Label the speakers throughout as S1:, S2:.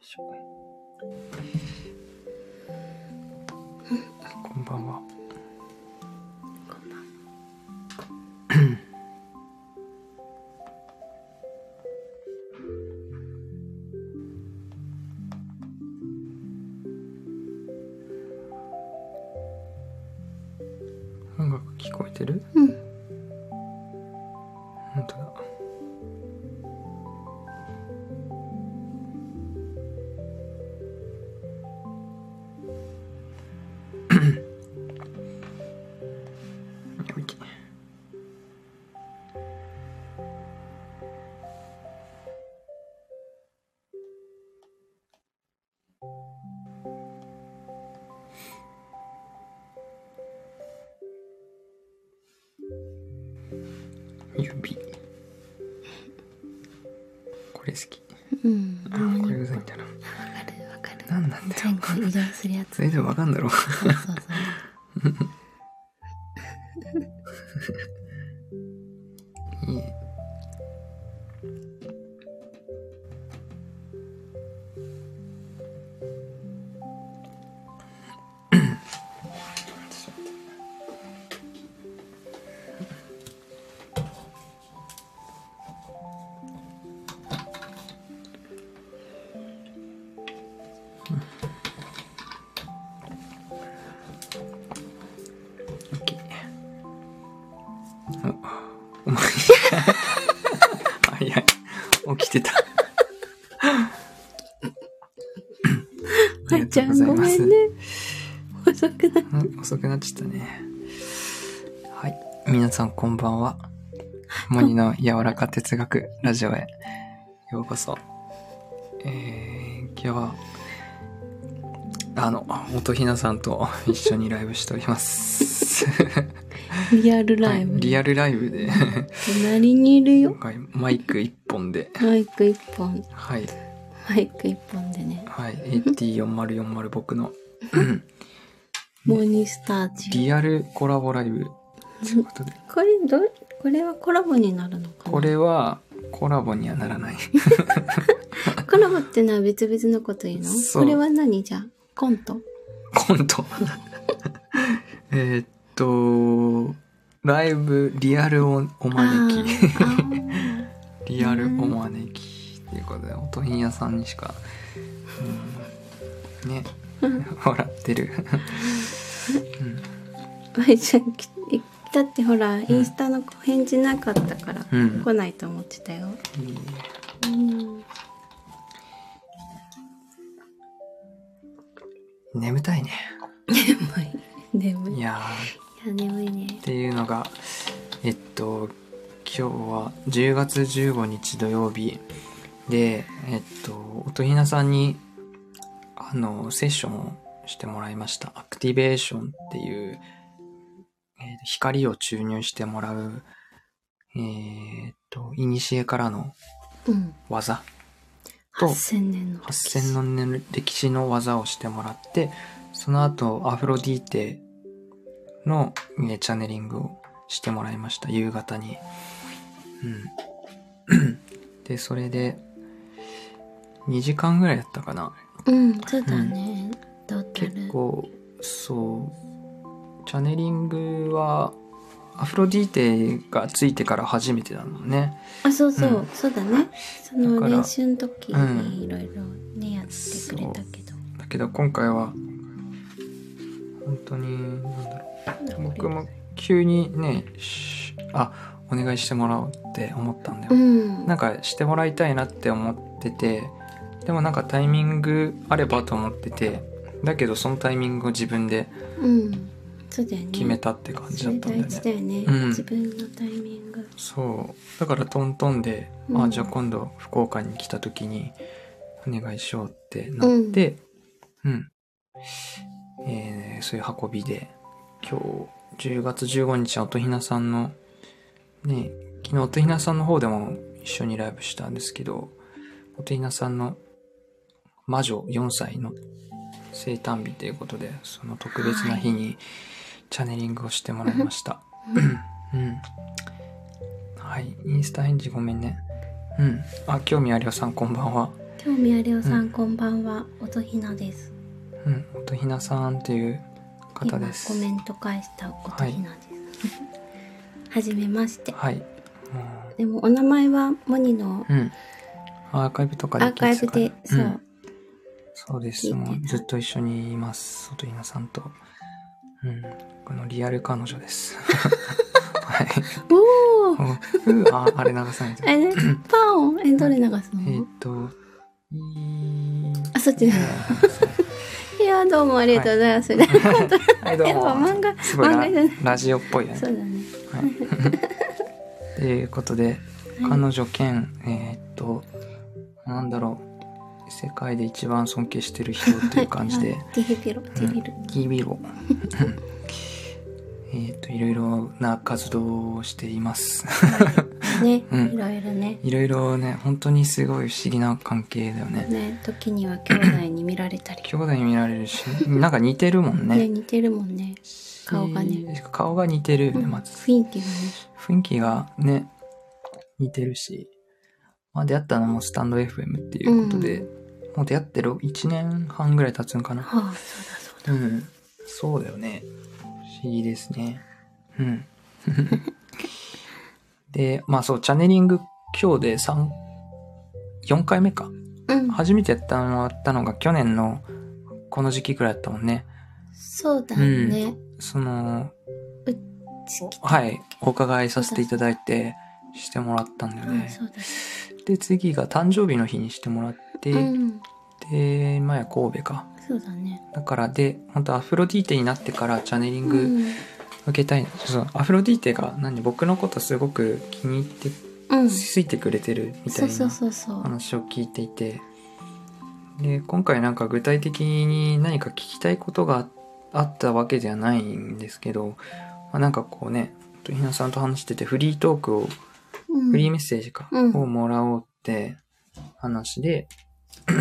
S1: しょうか
S2: こんばんは。 音楽聞こえてる？
S3: うん
S2: 本当だ。よいき指これ好き
S3: うん
S2: あーこれうざいんだな
S3: わかるわかる
S2: 何なんだ
S3: ちゃ
S2: よ
S3: んと移動するやつ
S2: それでわかんだろう
S3: そうそうそう
S2: いいねオッケーおお前早い起きてた
S3: まいちゃんごめんね遅くな
S2: うん遅くなっちゃったねはい皆さんこんばんは森の柔らか哲学ラジオへようこそえー、今日はあの音ひなさんと一緒にライブしております
S3: リアルライ
S2: はい
S3: ブ
S2: リアルライブで
S3: 隣にいるよ
S2: 今回マイク一本で
S3: マイク一本
S2: はい
S3: マイク一本でね
S2: はい AT4040 僕のうん
S3: モーニスターチ
S2: リアルコラボライブということで
S3: これどうこれはコラボになるのかな
S2: これはコラボにはならない
S3: コラボってのは別々のこと言うの
S2: そう
S3: これは何じゃあコント
S2: コント えーっとライブリアルおお
S3: お
S2: 招き
S3: き
S2: リアルお招きっていうことで音ひん屋さんにしか、うん、ね笑ってる
S3: ま いちゃんきだってほらインスタの返事なかったから、
S2: うん
S3: 来ないと思ってたよ、
S2: いいね
S3: うん、
S2: 眠たいね
S3: 眠い眠い
S2: い
S3: い
S2: や
S3: や眠いね
S2: ーっていうのがえっと今日は10月15日土曜日でえっと音ひなさんにあのセッションをしてもらいましたアクティベーションっていう、えー光を注入してもらうえーっといにしえからの
S3: うん
S2: 技と
S3: 8000年の
S2: 8000の年歴史の技をしてもらってその後アフロディーテの、えーチャネリングをしてもらいました夕方に、うん、でそれで2時間ぐらいやったかな
S3: うんそうだね、トータル
S2: 結構そうチャネリングはアフロディーテがついてから初めてだもんね
S3: あそうそう、
S2: うん
S3: そうだねそ
S2: だか
S3: の
S2: ら
S3: 練習の時
S2: うん
S3: にいろいろねやってくれたけど、
S2: だけど今回は本当になんだろう僕も急にねしあお願いしてもらおうって思ったんだよ、
S3: うん
S2: なんかしてもらいたいなって思っててでもなんかタイミングあればと思っててだけどそのタイミングを自分で
S3: うんそうだよね
S2: 決めたって感じだ
S3: そ
S2: っ
S3: れ
S2: たんだ
S3: 大
S2: よ
S3: 事
S2: ね
S3: だよね、
S2: うん
S3: 自分のタイミング
S2: そうだからトントンで、
S3: うん
S2: あじゃあ今度福岡に来た時にお願いしようってなってうん、えーそういう運びで今日10月15日音ひなさんのね昨日音ひなさんの方でも一緒にライブしたんですけど音ひなさんの魔女4歳の生誕日ということでその特別な日にチャネリングをしてもらいました。うん。はい。インスタ返事ごめんね。うん。あ、興味ありおさん、こんばんは。
S3: 今興味あるおさん、こんばんは。音ひなです。
S2: うん、音ひなさんっていう方
S3: 今
S2: です
S3: コ。メント返した音ひなです。はじめまして。
S2: はい。
S3: でもお名前はモニの
S2: うんうん。アーカイブとかで
S3: アーカイ
S2: 聞
S3: ブ
S2: いて
S3: で、
S2: た
S3: そ
S2: から
S3: う。
S2: そうで
S3: 聞い
S2: す。
S3: て
S2: も
S3: た
S2: うずっと一緒にいます。外稲さんと。うん。このリアル彼女です。はい。
S3: おお。
S2: うんあ、あれ流さないと。え
S3: え、パンをえどれ流す
S2: ー
S3: の
S2: っ？と、いー
S3: あ、そっちだ。いやどうもありがとうございます。
S2: はい、どう
S3: やっぱ
S2: も。
S3: 漫画
S2: すごい
S3: 漫
S2: な
S3: 画じゃない
S2: ラジオっぽいよね。
S3: そうだね。
S2: はい。ということで、
S3: はい
S2: 彼女兼、えーっと、なんだろう、世界で一番尊敬してる人っていう感じで、
S3: ティヒピロティヒル。
S2: ギービロ。 えっと、いろいろな活動をしています。
S3: ね、
S2: うん
S3: いろいろね。
S2: いろいろね、本当にすごい不思議な関係だよね。
S3: ね、時には兄弟に見られたり。
S2: 兄弟に見られるし、なんか似てるもん
S3: ね、
S2: ね。
S3: 似てるもんね。顔がね。
S2: し顔が似てるよ
S3: う
S2: ね、
S3: ん
S2: まず。
S3: 雰囲気がね。
S2: 雰囲気がね、似てるし。まあ出会ったのもスタンド FM っていうことで、もう出会ってる1年半ぐらい経つんかな。
S3: はあ、そうだそうだ。
S2: うん。そうだよね。不思議ですね。 うん。で、まあそう、チャネリング今日で3、4回目か。
S3: うん、
S2: 初めてやったのやったのが去年のこの時期くらいだったもんね。
S3: そうだね。
S2: その、
S3: ちき
S2: はい、お伺いさせていただいて、してもらったんだよ
S3: あ、
S2: ね
S3: そ。うだ。
S2: で、次が誕生日の日にしてもらって、
S3: うん、
S2: で、前は神戸か。
S3: そうだね。
S2: だから、で、本当アフロディーテになってからチャネリング、
S3: うん、
S2: 受けたいそうそうアフロディーテが何僕のことすごく気に入って
S3: うん、そ
S2: ついてくれてるみた
S3: う
S2: い
S3: そう
S2: な
S3: そうそう。
S2: 話を聞いていてで今回なんか具体的に何か聞きたいことがあったわけではないんですけど、まあ、なんかこうねひなさんと話しててフリートークを
S3: うん
S2: フリーメッセージか、
S3: うん
S2: をもらおうって話で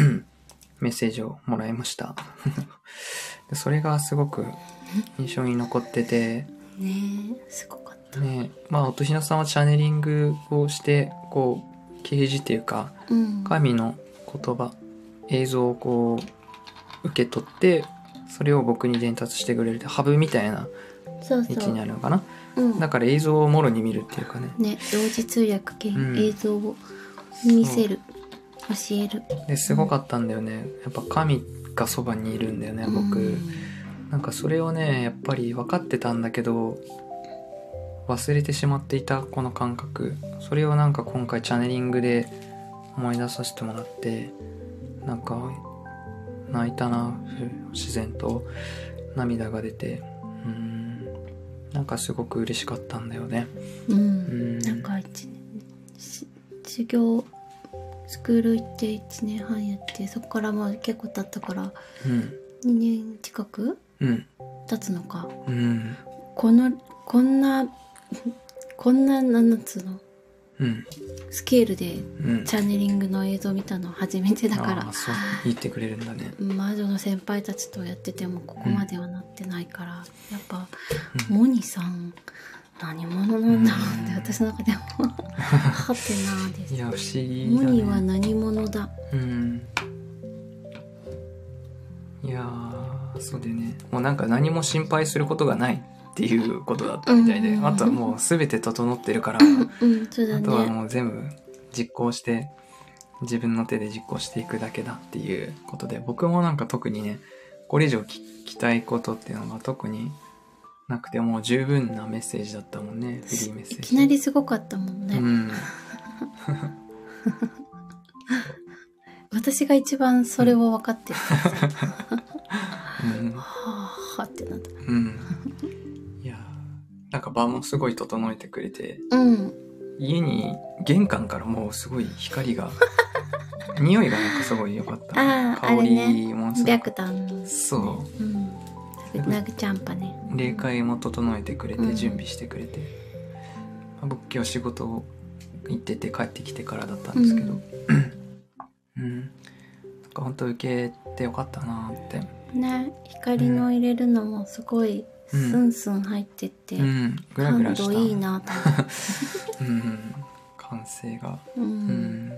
S2: メッセージをもらいました でそれがすごく印象に残ってて
S3: ねえ、すごかった。
S2: ねまあ音ひなさんはチャネリングをしてこう啓示っていうか
S3: うん。
S2: 神の言葉映像をこう受け取ってそれを僕に伝達してくれるってハブみたいな
S3: そう
S2: 位
S3: そ
S2: 置にあ
S3: う。
S2: るのかな
S3: うん。
S2: だから映像をもろに見るっていうかね
S3: ね、同時通訳兼、
S2: うん
S3: 映像を見せる、教える。
S2: ですごかったんだよねやっぱ神がそばにいるんだよね僕、
S3: うん
S2: なんかそれをねやっぱり分かってたんだけど忘れてしまっていたこの感覚それをなんか今回チャネリングで思い出させてもらってなんか泣いたなふ自然と涙が出てうんなんかすごく嬉しかったんだよね
S3: う
S2: うん
S3: ん、なんか一年し授業スクール行って1年半やってそこからまあ結構経ったから
S2: うん
S3: 2年近く
S2: うん
S3: 経つのか
S2: うん
S3: このこんな こんな7つうの
S2: うん
S3: スケールで
S2: うん
S3: チャネリングの映像見たの初めてだか
S2: あー
S3: ら
S2: そう言ってくれるんだね
S3: 魔女の先輩たちとやっててもここまではなってないから、やっぱモニさん何者なんだろうっ
S2: う
S3: て
S2: ん
S3: 私の中でもはてなーです
S2: い。や不思議
S3: モ
S2: だ
S3: ニは
S2: ね
S3: 何者だ
S2: うんいやーそうだよねもうなんか何も心配することがないっていうことだったみたいで、
S3: うん
S2: あとはもう全て整ってるから、
S3: うんそうだ
S2: あとは
S3: ね
S2: もう全部実行して自分の手で実行していくだけだっていうことで僕もなんか特にねこれ以上聞きたいことっていうのが特になくてもう十分なメッセージだったもんねフリーメッセージ
S3: いきなりすごかったもんね、
S2: うん
S3: 私が一番それを分かってる、
S2: うん
S3: はあってなった
S2: うんいやーなんか場もすごい整えてくれて
S3: うん
S2: 家に玄関からもうすごい光 が匂いがなんかすごい良かった
S3: あー
S2: 香りもすごく
S3: 白檀の
S2: そ
S3: うんナグチャンパね
S2: う霊界も整えてくれて、
S3: うん
S2: 準備してくれてまあ僕今日仕事行ってて帰ってきてからだったんですけど
S3: うん
S2: うん、なんか本当受けてよかったなーって
S3: ね光の入れるのもすごいスンスン入ってって、
S2: うんグラグ
S3: 感
S2: ラし
S3: 度
S2: た
S3: いいなと思って
S2: うん、完成が
S3: う
S2: うんん、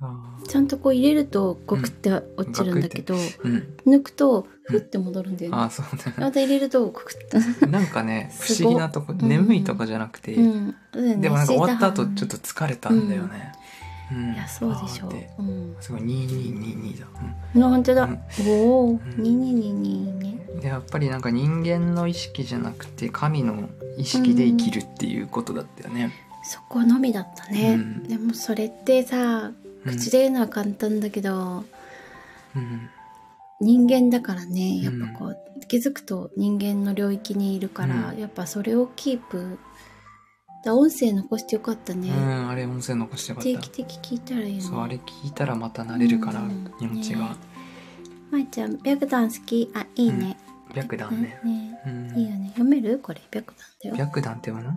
S2: あ
S3: ちゃんとこう入れるとゴクって落ちるんだけど、
S2: ーうん。
S3: 抜くとふって戻るんだよね、
S2: ああ、そう
S3: また入れるとゴクって、
S2: ね。 なんかね、不
S3: すご
S2: 思議なとこ、
S3: ん
S2: 眠いとかじゃなくて、
S3: うんそうだよね
S2: でもなんか終わった後
S3: シーターハン
S2: ちょっと疲れたんだよね。うん
S3: いやそうでしょ
S2: あーっ
S3: う
S2: て、
S3: うん、
S2: すごい2222だ。うん
S3: の本当だ、
S2: うん
S3: おお
S2: ん
S3: 二二二二ね
S2: でやっぱりなんか人間の意識じゃなくて神の意識で生きるっていうことだったよね。
S3: そこのみだったね、
S2: うん
S3: でもそれってさ
S2: うん
S3: 口で言うのは簡単だけど、
S2: うん
S3: 人間だからねやっ
S2: うん
S3: ぱこう、気づくと人間の領域にいるから、
S2: うん
S3: やっぱそれをキープだ音声残してよかったね、
S2: うん、あれ音声残してよか
S3: 定
S2: っ
S3: 期的聞いたらいい
S2: た。
S3: の
S2: そうあれ聞いたらまた慣れるから
S3: うん
S2: 気持ちが
S3: ねまいちゃん白檀好きあいいね、
S2: 白檀ね。
S3: ね
S2: う
S3: いいよ
S2: ん。
S3: ね読めるこれ白檀だよ
S2: 白檀って言わない？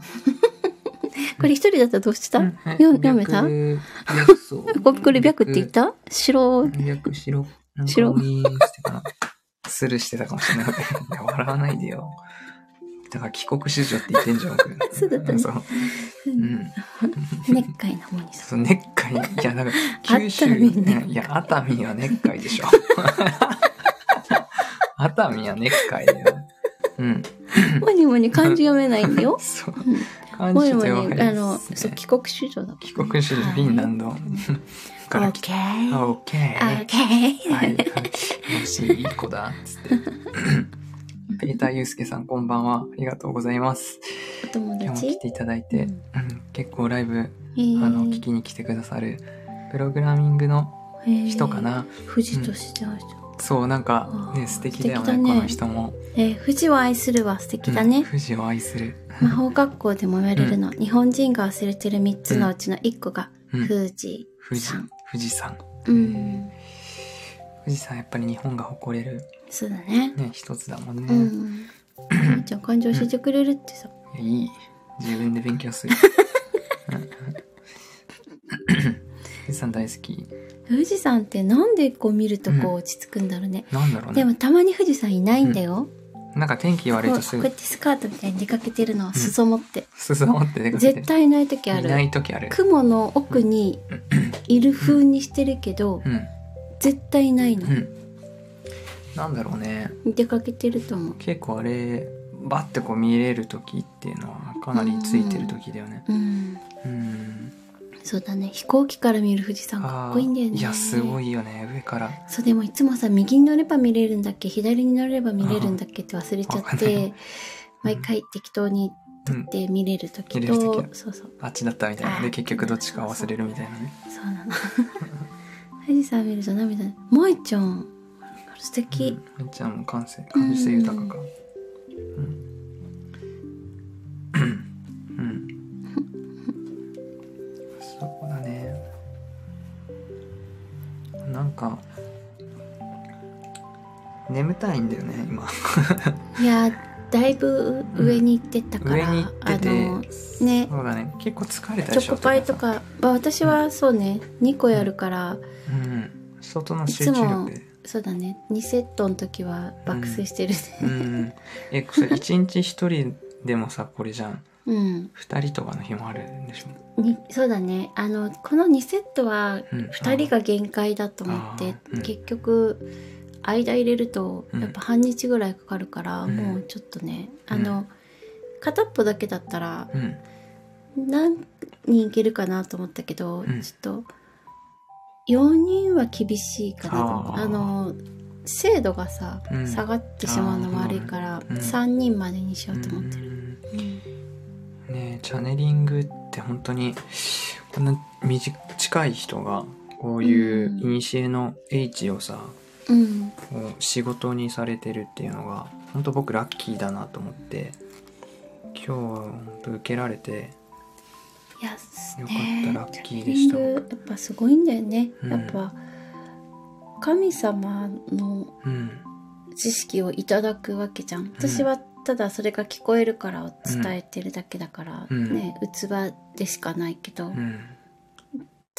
S3: これ一人だったらどうした、
S2: うん
S3: 読読めた
S2: 白白そう
S3: ここれ白って言った白
S2: 白白なんか
S3: 白
S2: おいーしてたなスルーしてたかもしれない。笑わないでよ。だから帰国子女って言ってんじゃん。僕
S3: そうだったね
S2: そう。うん。
S3: ねっかいなもにさ
S2: そう熱海いや なんか九州
S3: 熱海ね
S2: いや熱海は熱海でしょ 熱海は熱海だようん
S3: んもにもに漢字読めないんだ よ
S2: そう
S3: うん
S2: 感
S3: もに
S2: じ
S3: も
S2: て
S3: に
S2: わか
S3: あ
S2: り
S3: の
S2: ます
S3: そう
S2: ね
S3: 帰国子女だ
S2: 帰国子女フィンランド か
S3: からら
S2: 来
S3: ケ
S2: た
S3: ー
S2: OK はいもしいい子だっつってペーターユースケさんこんばんはありがとうございます
S3: お友
S2: 今日も
S3: 達
S2: 来ていただいて、
S3: うん
S2: うん結構ライブ
S3: えー
S2: あの聞きに来てくださるプログラミングの
S3: えー
S2: 人かな、
S3: 富士としての人、
S2: そうなんか
S3: あ
S2: ね
S3: ー
S2: 素敵だよ
S3: 素
S2: ね
S3: 敵だ
S2: こ
S3: ね
S2: の人も、
S3: えー富士を愛するは素敵だ
S2: うん
S3: ね、
S2: 富士を愛する、
S3: 魔法学校でも言われるの、日本人が忘れてる3つのうちの1個が
S2: うん
S3: 富士
S2: 富士
S3: 山
S2: 富士山
S3: うん、
S2: 富士山やっぱり日本が誇れる
S3: そうだね
S2: ね一つだもんね、
S3: うんまいちゃん漢字教えてくれるってさ、
S2: いやいい自分で勉強 するうん富士山大好き
S3: 富士山ってなんでこう見るとこう落ち着くんだろうね、
S2: なんだろう
S3: で
S2: ね
S3: もたまに富士山いないんだよ、
S2: なんか天気悪い
S3: こう
S2: と
S3: こ
S2: す
S3: うや
S2: ぐ
S3: ってスカートみたいに出かけてるのを裾持って、
S2: 進もって出かけて
S3: 絶対いない時あ
S2: い
S3: る
S2: ない時ある
S3: 雲の奥にいる風にしてるけど、
S2: うん
S3: 絶対いないの
S2: う、んなんだろうね
S3: 出かけてると思う
S2: 結構あれバッてこう見れる時っていうのはかなりついてる時だよね
S3: うん
S2: うん
S3: そうだね飛行機から見る富士山かっこいいんだ
S2: あ
S3: よね
S2: ーいやすご
S3: い
S2: いよね上から
S3: そうでもいつもさ右に乗れば見れるんだっけ左に乗れば見れるんだっけって忘れちゃ
S2: わか
S3: っ
S2: んない
S3: て毎回適当に撮って見れる
S2: う
S3: 時
S2: ん見れ
S3: と、
S2: る時
S3: そうそう
S2: あっちだったみたいな
S3: あ
S2: で
S3: ー
S2: 結局どっちか忘れるみたいなね
S3: そうなの 富士山見ると涙まいちゃん素敵、
S2: うんみっちゃんも感性感性豊かかうんうんそうだねなんか眠たいんだよね今
S3: いやだいぶ上に行ってったか
S2: 上
S3: ら、
S2: に行ってて
S3: あのね
S2: そうだね結構疲れた
S3: チ
S2: でし
S3: ョ
S2: ょ
S3: コパイとか、まあ、私はそうね2個やるから、
S2: うん外の
S3: い
S2: 集
S3: つ
S2: 中
S3: も
S2: 力で
S3: そうだね2セットの時は爆睡してるね
S2: うんえそれ一日一人でもさこれじゃん
S3: うん、
S2: 二人とかの日もあるんでしょ
S3: にそうだねあのこの2セットは
S2: うん
S3: 2人が限界だと思って
S2: あ、ーうん
S3: 結局間入れると
S2: うん
S3: やっぱ半日ぐらいかかるから、
S2: うん
S3: もうちょっとね
S2: うん
S3: あの、片っぽだけだったら
S2: うん
S3: 何人いけるかなと思ったけど、
S2: うん
S3: ちょっと4人は厳しいかなと思った
S2: あー
S3: あの精度がさ、
S2: うん
S3: 下がってしまうのも悪いから、
S2: うん
S3: 3人までにしようと思ってる。
S2: うん
S3: うん
S2: ねえチャネリングって本当にこんな短近い人がこういう
S3: うん
S2: 古の英知をさ
S3: うん
S2: こう仕事にされてるっていうのが本当僕ラッキーだなと思って今日は本当受けられて
S3: いやっす
S2: よか
S3: ね
S2: ったラッキーでした
S3: ジャッキングやっぱすごいんだよね、
S2: うん
S3: やっぱ神様の
S2: うん
S3: 知識をいただくわけじゃん私はただそれが聞こえるからを伝えてるだけだから、
S2: うん
S3: ね器でしかないけど、
S2: うん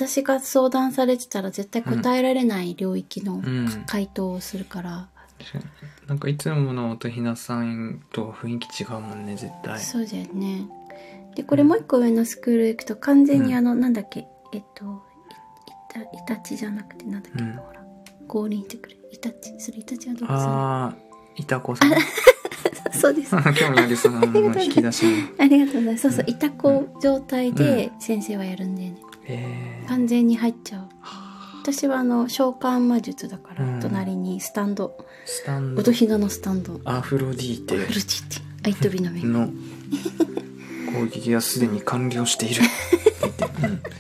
S3: 私が相談されてたら絶対答えられない領域の
S2: うん
S3: 回答をするから、
S2: 確かになんかいつもの音ひなさんと雰囲気違うもんね絶対
S3: そうだよねでこれもう一個上のスクール行くと完全にあの、なんだっけえっとたイタチじゃなくてなんだっけ、
S2: うん
S3: ほら降臨してくるイタチそれイタチはどこさ
S2: ああ、いたこさん。
S3: んそうですあ
S2: 興味ありそうなのの引き出しに。
S3: りがとうございますそうそうイタコ状態で先生はやるんでね、
S2: えー、
S3: 完全に入っちゃう私はあの召喚魔術だから、
S2: うん
S3: 隣にスタンド
S2: スタンド
S3: 音、ひなのスタンド
S2: アフロディ
S3: フル
S2: ー
S3: チティアイトビの目
S2: テの攻撃がすでに完了してい る。って言って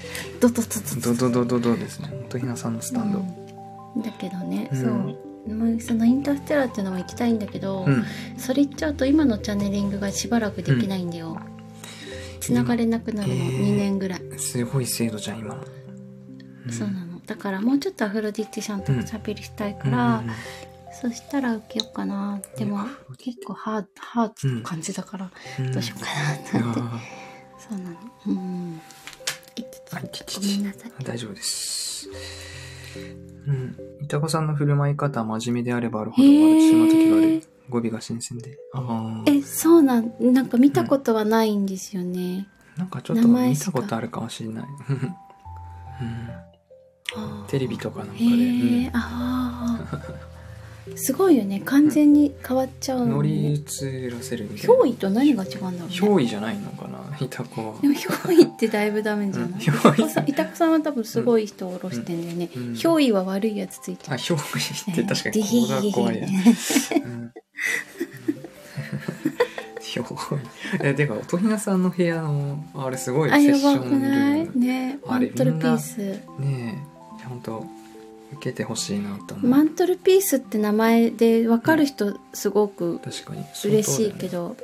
S3: ドドドド
S2: うん、
S3: ド
S2: ドドドドドですね。とひなさんのスタンド。
S3: うんだけどね、
S2: うん
S3: そう、まあ、そのインターステラーっていうのも行きたいんだけど、
S2: うん。
S3: それ行っちゃうと今のチャネリングがしばらくできないんだよ、繋がれなくなるの、
S2: えー
S3: 2年ぐらい、
S2: すごい精度じゃん、今の。ん
S3: そうなのだからもうちょっとアフロディティシャンとおしゃべりしたいから、
S2: うん
S3: そしたら受けようかなでも
S2: アフロディティ
S3: 結構ハードハードな感じだから、
S2: うん
S3: どうしようかななんて、そうなのうんいち
S2: あい
S3: ち
S2: ちち
S3: ちごめ
S2: ち
S3: んなさい
S2: 大丈夫です。うん。いたこさんの振る舞い方、真面目であればあるほど
S3: へー
S2: 悪くしまう時がある。語尾が新鮮で。ああ。
S3: えそうなんなんか見たことはないんですよね、
S2: なんかちょっと
S3: 名前
S2: 見
S3: しか
S2: たことあるかもしれない。 うん、テレビとかなんかで、う
S3: へえ
S2: ん、
S3: ああすごいよね完全に変わっちゃうの
S2: 乗り
S3: ね
S2: 移らせるみたいな。
S3: 憑依と何が違うんだろうね
S2: 憑依じゃないのかな、 いたこは。
S3: でも憑依ってだいぶダメじゃない
S2: うん憑依
S3: 板子さん板子さんは多分すごい人を下ろしてんだよね、
S2: うんうん
S3: 憑依は悪いやつついて
S2: あ、憑依って確かに
S3: ね
S2: ここが怖いや。うん 憑依。え、てか、おとひなさんの部屋の、あれすごい
S3: あ
S2: セッ
S3: や
S2: ショ
S3: ばく
S2: ンル
S3: な
S2: ー
S3: い
S2: ム。
S3: ねマ
S2: あれ
S3: ントルピース
S2: ねえ、本当受けてほしいなと思う。
S3: マントルピースって名前で分かる人すごく
S2: 確かに。
S3: 嬉しいけど、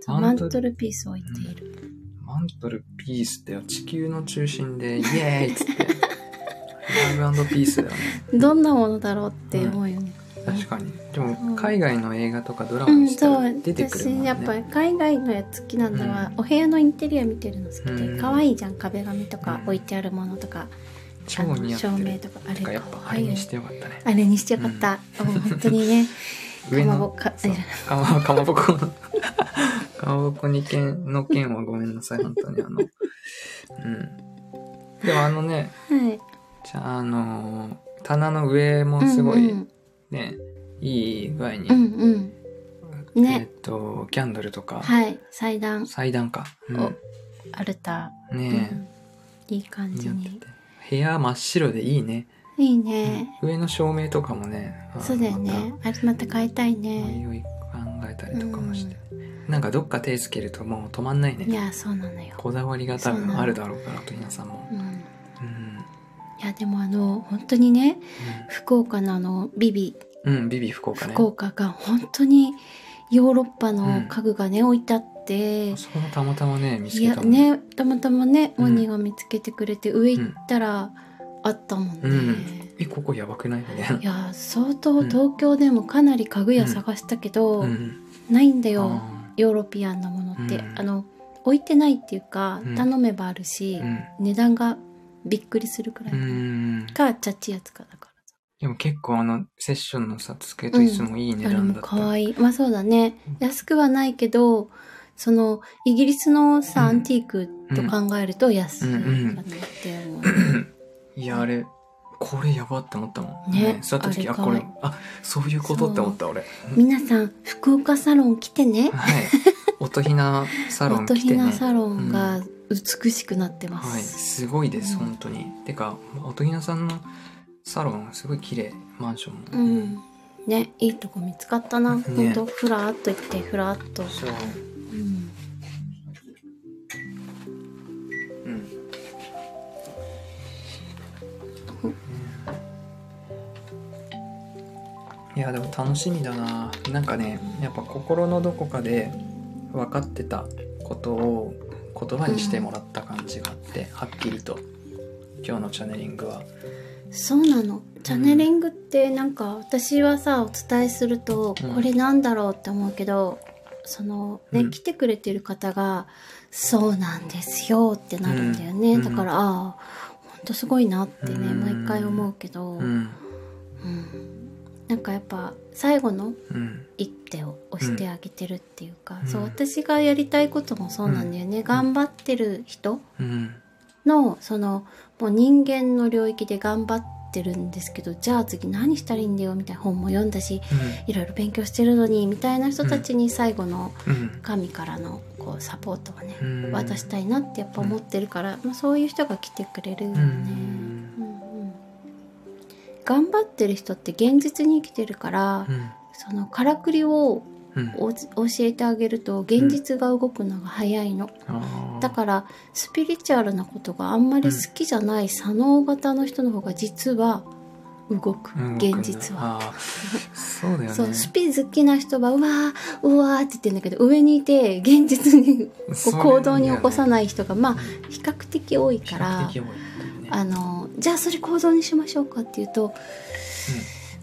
S2: そうだよね
S3: マントルピースを置いている、
S2: マントルピースって地球の中心 でイエーイっつってラブピースだよね
S3: どんなものだろうって思うよね、
S2: 確かにで
S3: うん
S2: も海外の映画とかドラマ
S3: う
S2: に
S3: ん、
S2: した
S3: そう
S2: ら出てくるもん
S3: 私
S2: ね
S3: やっぱり海外のやつ好きなんだわ、お部屋のインテリア見てるの好きで、
S2: うん
S3: 可愛いじゃん壁紙とか
S2: うん
S3: 置いてあるものとか、
S2: 超
S3: あの
S2: 似合って
S3: 照明
S2: る
S3: とかあれ
S2: てかやっぱあれにしてよかったね
S3: あれにしてよかった、もう本当にね
S2: 上
S3: かまぼ
S2: の
S3: っか
S2: そうかまかまぼこ のかまぼこに件の件はごめんなさい本当にあのうんでもあのね
S3: はい
S2: じゃああの棚の上もすごい
S3: うん
S2: ね、いい具合に、
S3: うん、うんうんね
S2: えっとキャンドルとか、
S3: うんはい祭壇
S2: 祭壇か、う
S3: お
S2: ん、
S3: アルター、
S2: ね
S3: うんいい感
S2: え、
S3: じ
S2: 似合って
S3: に
S2: て部屋真っ白でいいね、
S3: いいね、
S2: 上の照明とかもねあの
S3: そうだよねあれまた変えたい
S2: またお
S3: ね
S2: いおい考えたりとかもして、なんかどっか手つけるともう止まんない
S3: い
S2: ね
S3: やそうなのよ、
S2: こだわりが多
S3: そうな
S2: 分
S3: の
S2: あるだろうからとひなさんも
S3: う、ん、
S2: うん
S3: いやでもあの本当にね福岡のあのビビ
S2: うん、うん、ビビ福岡ね
S3: 福岡が本当にヨーロッパの家具がね、置いてあって
S2: あそこもたまたまね見つ
S3: い
S2: け
S3: や
S2: たもん
S3: ねたまたまね
S2: うん
S3: モニーが見つけてくれて、上行ったらあったもんね、
S2: うんえここやばくないみたいない
S3: や相当東京でもかなり家具屋探したけど、
S2: うん
S3: ないんだよ、
S2: あ
S3: ヨーロピアンなものって、
S2: うん
S3: あの置いてないっていうか、
S2: うん
S3: 頼めばあるし
S2: ー、
S3: 値段がびっくりするくらい、
S2: うんうん
S3: かチャッチやつかだか
S2: でも結構あのセッションのさ机と椅子もいい値
S3: らあれ
S2: 段
S3: も
S2: だった、
S3: 可愛いまあそうだね安くはないけどそのイギリスのさ、
S2: うん
S3: アンティークと考えると安いかなって思う、
S2: いやあれこれやばって思ったもん
S3: ね
S2: 座った時
S3: あ
S2: あ
S3: れか
S2: これあそういうことって思った 俺
S3: 皆さん福岡サロン来てね
S2: はい音ひなサロン
S3: 音
S2: 来
S3: ひ
S2: てね
S3: なサロンが美しくなってま
S2: はい
S3: す、
S2: すごいです、
S3: うん
S2: 本当にてか音ひなさんのサロンすごい綺麗マンションも、
S3: うんねいいとこ見つかったな、
S2: ね
S3: ほんとふらーっと行ってふらーっと、
S2: そう
S3: うん
S2: うんいやでも楽しみだななんかねやっぱ心のどこかで分かってたことを言葉にしてもらった感じがあって、はっきりと今日のチャネリングは
S3: そうなのチャネリングってなんか私はさお伝えすると
S2: うん
S3: これなんだろうって思うけど、そのね、
S2: うん
S3: 来てくれてる方が「そうなんですよ」ってなるんだよね、
S2: うん
S3: だから、ああほんとすごいなってね、
S2: うん
S3: 毎回思うけど、
S2: う
S3: うん
S2: ん
S3: なんかやっぱ最後の
S2: うん
S3: 一手を押してあげてるっていうか、
S2: うん
S3: そう私がやりたいこともそうなんだよね、頑張ってる人
S2: うん
S3: のそのもう人間の領域で頑張ってるんですけどじゃあ次何したらいいんだよみたいな本も読んだしいろいろ勉強してるのにみたいな人たちに最後の
S2: うんうん
S3: 神からのこうサポートをね
S2: うん
S3: 渡したいなってやっぱ思ってるから、まあ、そういう人が来てくれるよ
S2: う
S3: ね。
S2: ん
S3: うんうん頑張ってる人って現実に生きてるから、
S2: うん
S3: そのからくりを
S2: うん
S3: お教えてあげると現実が動くのが早いの、
S2: あー
S3: だからスピリチュアルなことがあんまり好きじゃない左脳型の人の方が実は動く、
S2: うん
S3: 現実
S2: あ
S3: は。
S2: ーそうだよね
S3: そうスピ好きな人はうわーうわーって言ってんだけど上にいて現実にこう
S2: そうだよね
S3: 行動に起こさない人がまあ
S2: う
S3: 比較的多い
S2: 比
S3: から
S2: 較的多いね
S3: あのじゃあそれ行動にしましょうかっていうと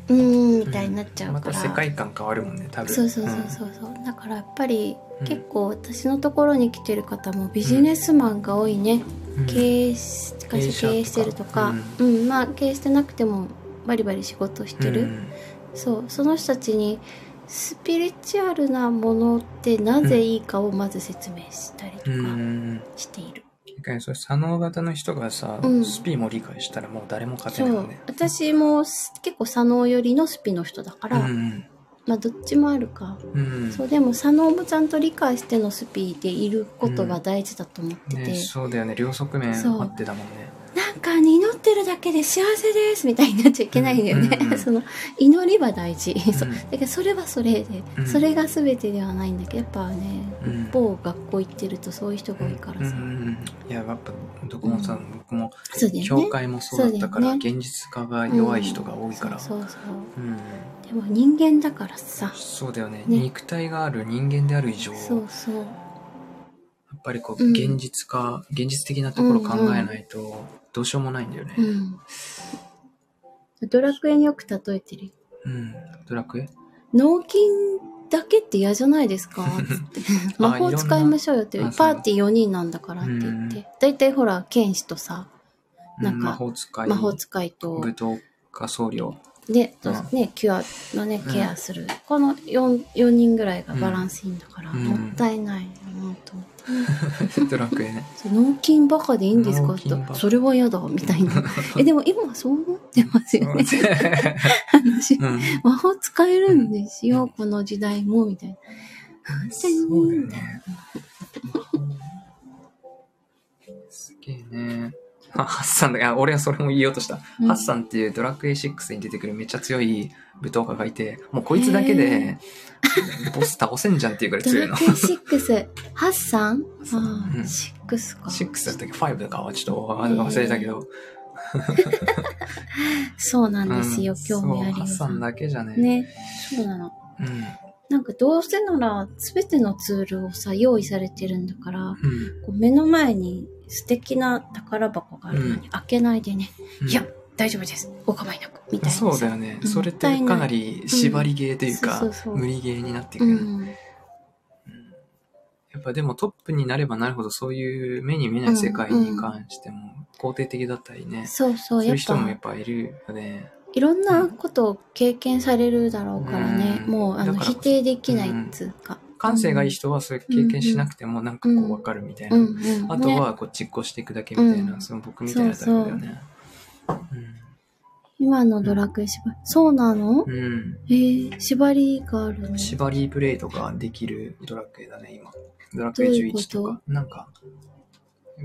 S3: うーんみたいになっちゃう
S2: ま
S3: か
S2: た
S3: ら、
S2: 世界観変わるもんね多分
S3: そうそうそうそうそう、だからやっぱり結構私のところに来てる方もビジネスマンが多いね、
S2: うん
S3: 経営し会社経
S2: 経
S3: 営
S2: 営
S3: し
S2: 者とか
S3: てるとか、うんまあ経営してなくてもバリバリ仕事してる、
S2: うん
S3: そうその人たちにスピリチュアルなものってなぜいいかをまず説明したりと
S2: う
S3: か
S2: ん
S3: している、
S2: 確かにそう左脳型の人がさ、
S3: うん
S2: スピーも理解したらもう誰も勝て
S3: そ
S2: ないよ
S3: う
S2: ね
S3: 私もす結構左脳寄りのスピの人だから、
S2: うん
S3: まあどっちもあるか、
S2: うん
S3: そうでも左脳もちゃんと理解してのスピでいることが大事だと思ってて、
S2: ね、そうだよね両側面
S3: そう
S2: あってだもんね
S3: なんか祈ってるだけで幸せですみたいになっちゃいけないんだよね、
S2: うんうん
S3: その祈りは大事、そううんだけどそれはそれで、
S2: うん
S3: それが全てではないんだけどやっぱね、
S2: うん
S3: 某学校行ってるとそういう人が多いからさ、
S2: うんうんうんいややっぱどこもさ、
S3: うん
S2: 僕も
S3: そうだよね
S2: 教会もそうだったから、
S3: そうだ
S2: 現実化が弱い人が多いから、うん
S3: そうそうそうでも人間だからさ
S2: そうだよね
S3: ね
S2: 肉体がある人間である以上
S3: そうそう
S2: やっぱりこ
S3: う
S2: うん現実化、現実的なところ考えないとどうしようもないんだよね、
S3: うんドラクエによく例えてるよ
S2: うん、ドラクエ
S3: 納金だけって嫌じゃないですか?」 つって「魔法使いましょうよ」って
S2: いろんな
S3: パーティー4人なんだから」って言っ
S2: うん
S3: て大体ほら剣士とさなんか
S2: 魔法使い
S3: 魔法使いと
S2: 武闘家僧 侶
S3: で、
S2: うん
S3: ねキュアのね
S2: うん
S3: ケアする、この 4, 4人ぐらいがバランスいいんだから、
S2: うん
S3: もったいないなと思って
S2: ドラク エね
S3: 「そう納金バカでいいんですか?」
S2: 納
S3: って
S2: 金バカ
S3: それは嫌だ」みた いなえでも今そうなってますよね 話
S2: うん
S3: 魔法使えるんですよ、この時代もみたいな。
S2: そうだよね。すげえね。あ、ハッサンだ。あ、俺はそれも言おうとした。
S3: うん
S2: ハッサンっていうドラクエ6に出てくるめっちゃ強い武闘家がいて、もうこいつだけで、ボス倒せんじゃんっていうぐらい
S3: ド
S2: 強い
S3: ラ
S2: の。
S3: クエ6、ハッサン
S2: サン
S3: ああ、
S2: うん
S3: 6か。
S2: 6だったっけ ?5 かはちょっと忘れたけど。
S3: そうなん
S2: うん
S3: ですよ、
S2: そう
S3: 興味あり
S2: ハッ
S3: ま
S2: サン
S3: す。
S2: だけじゃね。
S3: ね、そうなの。
S2: うん。
S3: なんかどうせなら、すべてのツールをさ、用意されてるんだから、
S2: うん。
S3: こう目の前に素敵な宝箱があるのに、開けないでね、
S2: うん
S3: いや、大丈夫です、お構いなく、みたいなさ。
S2: そうだよね。
S3: うん
S2: それってかなり縛りゲーというか、
S3: うんそうそうそう
S2: 無理ゲーになっていく
S3: う
S2: よね。
S3: ん。
S2: やっぱでもトップになればなるほどそういう目に見えない世界に関しても肯定的だったりね、
S3: そうそう、
S2: そうい
S3: や
S2: う
S3: っ
S2: 人もやっ
S3: ぱ、
S2: ぱいるよね。
S3: いろんなことを経験されるだろうからね、
S2: うん
S3: もう、あの、
S2: だから
S3: 否
S2: こそ
S3: 定できないっつうか。
S2: 感性がいい人はそういう経験しなくてもなんかこうわかるみたいな。
S3: うんうん。
S2: あとはこう実行していくだけみたいな、
S3: うん
S2: その僕みたいなタイプだよね。
S3: 今のドラクエ縛り、そうなの、
S2: うんうん。
S3: えー、縛りがあるの
S2: 縛りプレイとかできるドラクエだね、今。ドラクエ
S3: どういうこと
S2: 11とか。なんか、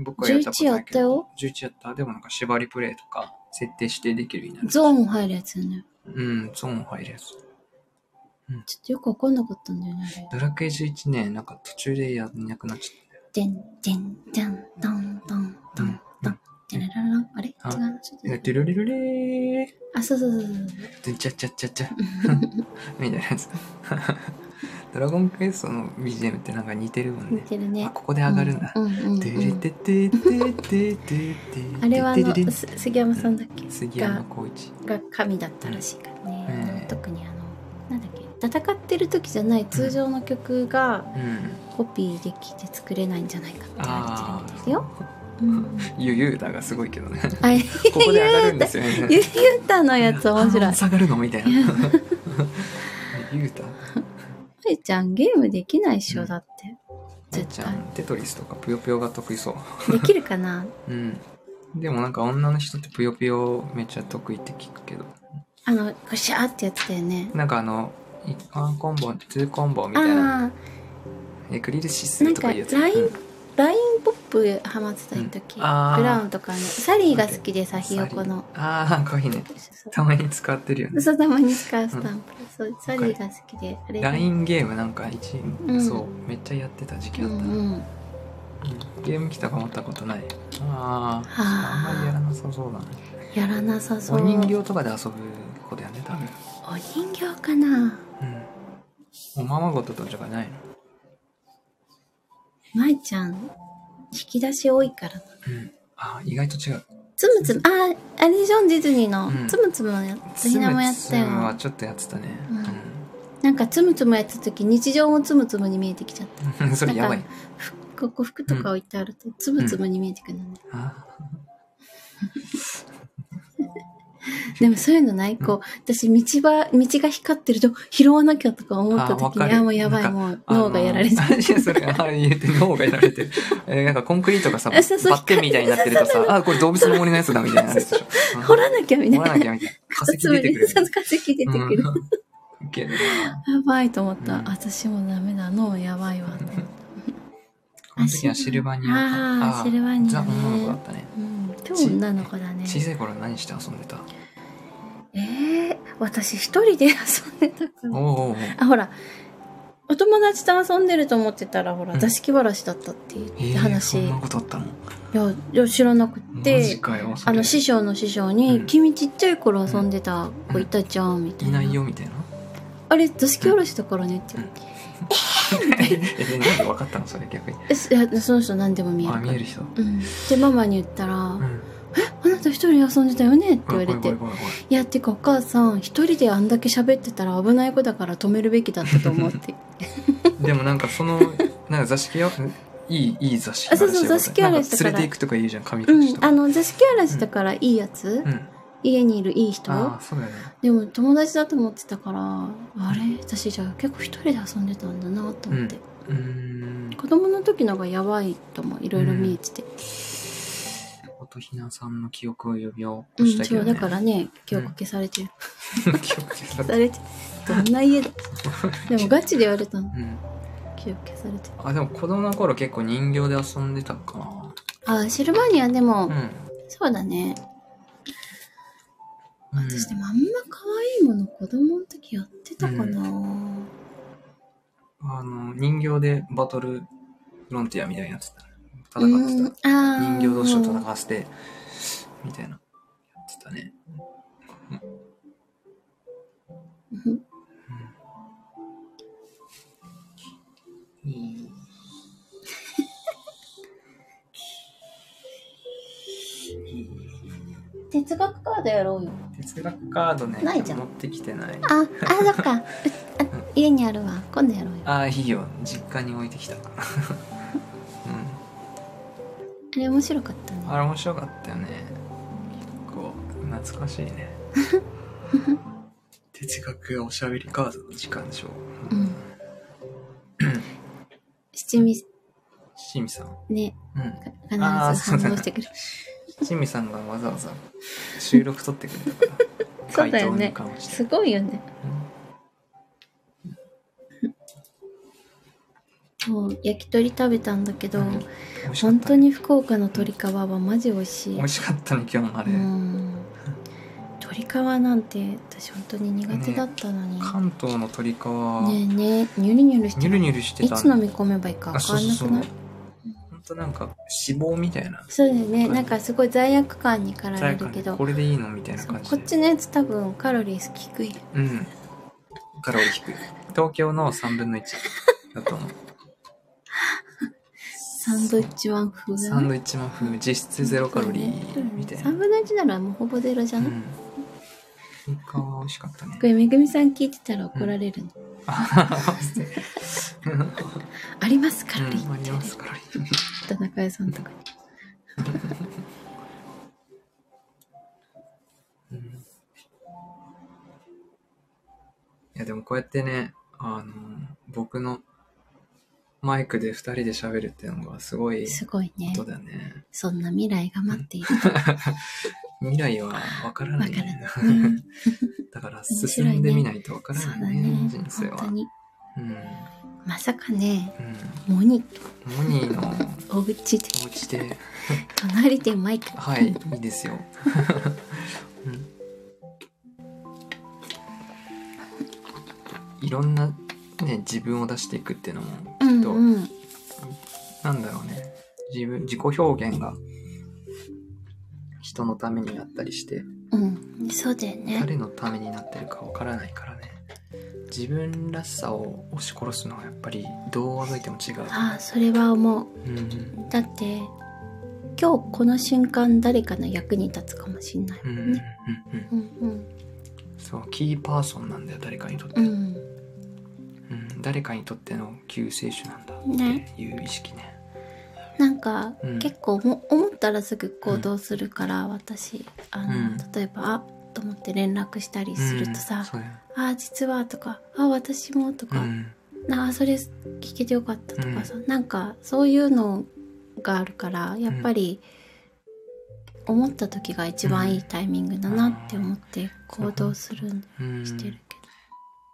S2: 僕はやったことないけど。11やったでもなんか縛りプレイとか設定してできるようになる。
S3: ゾーン入るやつよね。
S2: うん、ゾーン入るやつ。
S3: ちょっとよくわかんなかったんだよね。あれ
S2: ドラクエ11ね、なんか途中でやんなくなっち
S3: でんでんでんどんどん
S2: ゃった。
S3: どんどん。でらららんあれ違
S2: あ
S3: うなちょっと
S2: なんか、ドゥルルルレー、
S3: あ、そうそうそうそう。
S2: ドゥンチャッチャッチャッチャ、 みたいなやつ。 ドラゴンクエストの BGM ってなんか似てるもん
S3: 似
S2: ね。
S3: てる
S2: あ、
S3: ね。
S2: ここで上がるんだ
S3: う。んうんうん
S2: ドゥルテテテテテテ
S3: あれはあ
S2: テテ
S3: の、
S2: テ
S3: す杉山さんだっけ
S2: 杉山浩一。
S3: が神だったらしいからね。
S2: うん
S3: 特にあの、なんだっけ戦ってる時じゃない通常の曲が
S2: うん。
S3: コピーできて作れないんじゃないかって言わ
S2: あ
S3: れてるみたいですよ。
S2: あ、
S3: うん
S2: ゆゆうだがすごいけ どね。
S3: あれ
S2: ここで上がるんですよね。
S3: ゆうたのやつ面白い。
S2: 下がるのみた いな。ゆうだ。
S3: まゆちゃんゲームできないっしょ、
S2: うん
S3: だって。
S2: えちゃん、テトリスとかぷよぷよが得意そう。
S3: できるかな
S2: うん。でもなんか女の人ってぷよぷよめっちゃ得意って聞くけど。
S3: あのグシャーってやつだよね
S2: なんかあの、いワンコンボ、ツーコンボみたいな。
S3: ああ
S2: エクリルシスとかいうやつ。
S3: なんか
S2: うん
S3: LINE ポップハマってた
S2: う
S3: 時、ブ
S2: んあー
S3: ラウンとかのサリーが好きでさひよこの
S2: ああ、可愛いね。
S3: そう
S2: たまに使ってるよね。
S3: そうたまに使うスタンプ、そうサリーが好きであれ
S2: LINE ゲームなんか一、
S3: ん
S2: そう、めっちゃやってた時期
S3: う
S2: だった
S3: ん
S2: な。
S3: うんは
S2: ゲーム機とか持ったことない。ああ、あんまりや
S3: あ
S2: らなさそうだね。
S3: やらなさそ
S2: お
S3: う
S2: 人形とかで遊ぶ子だよね、多分。
S3: お人形かな
S2: うん。おままごととかないの
S3: まいちゃん引き出し多いからな
S2: うん。あ、意外と違う。
S3: つむつむああれでしょディズニーの、
S2: うん
S3: つむつむのやつひなもやった
S2: つむ
S3: よ
S2: つむはちょっとやってたね。
S3: なんかつむつむやってた時日常もつむつむに見えてきちゃった
S2: うん。 それやばい
S3: なん。ふここ服とか置いてあるとつむつむに見えてくるのね、
S2: あ
S3: でもそういうのないこう私道は道が光ってると拾わなきゃとか思った
S2: あわ
S3: 時
S2: か
S3: に
S2: る
S3: あもうやばい
S2: なんか
S3: もう
S2: あの
S3: 脳がやられてる
S2: マジでそれ、あれ言って脳がやられてる。えーなんかコンクリートがさ、バ
S3: あそうそう
S2: ッテンみたいになってるとさ、あ、これ動物の森のやつだみたいなやつでしょ。
S3: 掘らなきゃみたい
S2: 掘ら
S3: な
S2: なきゃみたいな。化石
S3: つむ
S2: 出て
S3: に
S2: くるよね。
S3: 化石出てくる、や
S2: うん。ウケるな
S3: ばいと思った、
S2: うん
S3: 私もダメだ脳やばいわと思った
S2: この時はシルバニア
S3: あーシルバニアね
S2: ザ女の子だったね。
S3: うん今日女の子だね
S2: 小さい頃何して遊んでた
S3: えー、私一人で遊んでたか
S2: お
S3: ら
S2: おおうおう
S3: あほらお友達と遊んでると思ってたらほら
S2: うん
S3: 座敷わらしだったってい
S2: え
S3: う
S2: ー
S3: 話、
S2: そんなことあったの
S3: いやいや知らなく
S2: マジ
S3: て
S2: かよ。そ
S3: あ
S2: れ
S3: の師匠の師匠
S2: う
S3: に
S2: ん
S3: 「君ちっちゃい頃遊んでた子いたじゃん」みたい
S2: い
S3: な
S2: ないよみたいな。
S3: あれ座敷わらしだからね」って
S2: うんえ、なんで分かったのそれ逆に。
S3: えすいやその人何でも見え
S2: あ、
S3: る
S2: 見える人。う
S3: うん、でママに言ったら「
S2: ん。
S3: あなた一人で遊んでたよね」って言われ
S2: 怖い怖
S3: て
S2: い怖い怖い
S3: 「いやてかお母さん一人であんだけ喋ってたら危ない子だから止めるべきだったと 思う」って
S2: でもなんか その、なんか座敷よ、いい、いい座敷
S3: あそうそう
S2: 嵐だよね
S3: 座敷嵐だ
S2: なんか
S3: から
S2: 連れて行くとか言うじゃん、髪
S3: う
S2: 隠しと
S3: ん
S2: か。
S3: あの座敷わらしだからいいやつ、
S2: うん。
S3: 家にいるいい人
S2: ああ、そうだよね。
S3: でも友達だと思ってたからあれ私じゃあ結構一人で遊んでたんだなと思って、
S2: うーん。
S3: 子供の時のがやばいともいろいろ見えてて、
S2: 音ひなさんの記憶を呼び起こ
S3: うん
S2: したけ
S3: そ
S2: ど、
S3: う
S2: ね。
S3: だからね今日かけされてる、
S2: 記憶消され
S3: されてどんな 家だでもガチで言われたの
S2: た うん。
S3: 今日消されて
S2: あ、でも子供の頃結構人形で遊んでたかな。
S3: あシルバニアでも、
S2: うん。
S3: そうだね
S2: うん
S3: 私でもあんま可愛いもの子供の時やってたかな、
S2: あの、人形でバトルフロンティアみたいなやつだ。
S3: う
S2: 戦って
S3: ん、
S2: た。
S3: あー
S2: 人形同士を戦わせて、みたいな。やってたね。
S3: うん
S2: うん。
S3: 哲学カードやろうよ
S2: 哲学カードね、
S3: ないじゃん
S2: 持ってきてない。
S3: あ、あ、そっか。うあ家にあるわ。今度やろうよ。あ
S2: ああ、いいよ。実家に置いてき た。うん。
S3: れ面白かったね。
S2: あれ面白かったよね。結構、懐かしい ね。哲学おしゃべりカードの時間でしょう。
S3: うん。七味
S2: シミさん。
S3: ね、
S2: うん。あ
S3: 必ず
S2: ー
S3: 反
S2: そうだ
S3: 応してくる。。
S2: シミさんがわざわざ収録撮ってくれたから
S3: そうだよね
S2: 回答に関して。
S3: すごいよね。もう焼き鳥食べたんだけど、
S2: うん美味しかった
S3: 本当に福岡の鶏皮はマジ美味しい
S2: 美。味しかったね、今日のあ
S3: う
S2: れ。
S3: ん。鶏皮なんて私本当に苦手だったのに。
S2: 関東の鳥皮、
S3: ねえねえ、ニュルニュルして
S2: ニュル
S3: る。
S2: ニュルして
S3: い
S2: た
S3: つ飲み込めばいいか
S2: あ、
S3: 分
S2: そうそ
S3: かん
S2: う
S3: な
S2: そう
S3: くない。
S2: ほんとなんか脂肪みたいな。
S3: そうだよね。なんかすごい罪悪感に駆られ
S2: 罪
S3: る
S2: 悪感
S3: けど
S2: ね、これでいいのみたいな
S3: そう
S2: 感
S3: こ
S2: じ
S3: っ
S2: で。
S3: ちのやつ多分カロリー低い
S2: うん。カロリー低い。東京の3分の1だと思う。
S3: サンドイッチワン風
S2: サンドイッチマン風、実質ゼロカロリーみたいな。
S3: 3分の1ならもうほぼゼロじゃ
S2: う
S3: ない、
S2: ん。鶏皮は美味しかったね
S3: こ。れめぐみさん聞いてたら怒られるの、 ありますカロリー、
S2: うん、ありますカロリー。
S3: 田中屋さんとかに
S2: いやでもこうやってね、あの、僕のマイクで二人で喋るっていうのがすごい
S3: すごいね
S2: ことだね。
S3: そんな未来が待っている
S2: 未来はわからない、ね。
S3: わからないうん
S2: だから進んでみないとわから
S3: そうだ
S2: ないね、
S3: ね
S2: 人生
S3: 本当
S2: は。
S3: に
S2: うん。うん。
S3: まさかねモニ
S2: モニーの
S3: お家で
S2: お家で、
S3: 隣でマイク
S2: はい、いいですよ。 うんいろんな、ね、自分を出していくっていうのも、
S3: うん
S2: と
S3: うん
S2: なんだろうね。自分、自己表現が人のためになったりして、
S3: うんそうだよね
S2: 誰のためになってるかわからないからね自分らしさを押し殺すのはやっぱりどうあざいても違う、
S3: ああそれは思う
S2: うん
S3: だって今日この瞬間誰かの役に立つかもしんない
S2: うんう
S3: も
S2: んう
S3: ん
S2: ん
S3: ね、
S2: うん
S3: うんうん
S2: そうキーパーソンなんだよ誰かにとって、
S3: う
S2: うん
S3: ん
S2: 誰かにとっての救世主なんだ
S3: ね
S2: っていう意識ね
S3: なんか、
S2: うん
S3: 結構も思ったらすぐ行動するから、私あの、
S2: うん
S3: 例えばあと思って連絡したりすると
S2: うん
S3: さ
S2: そうだよ
S3: 「ああ実は」とか「あ私も」と
S2: う
S3: か
S2: ん
S3: 「なあそれ聞けてよかった」とかさ、なんかそういうのがあるからやっぱり思った時が一番いいタイミングだなって思って行動するん
S2: うん
S3: してるけ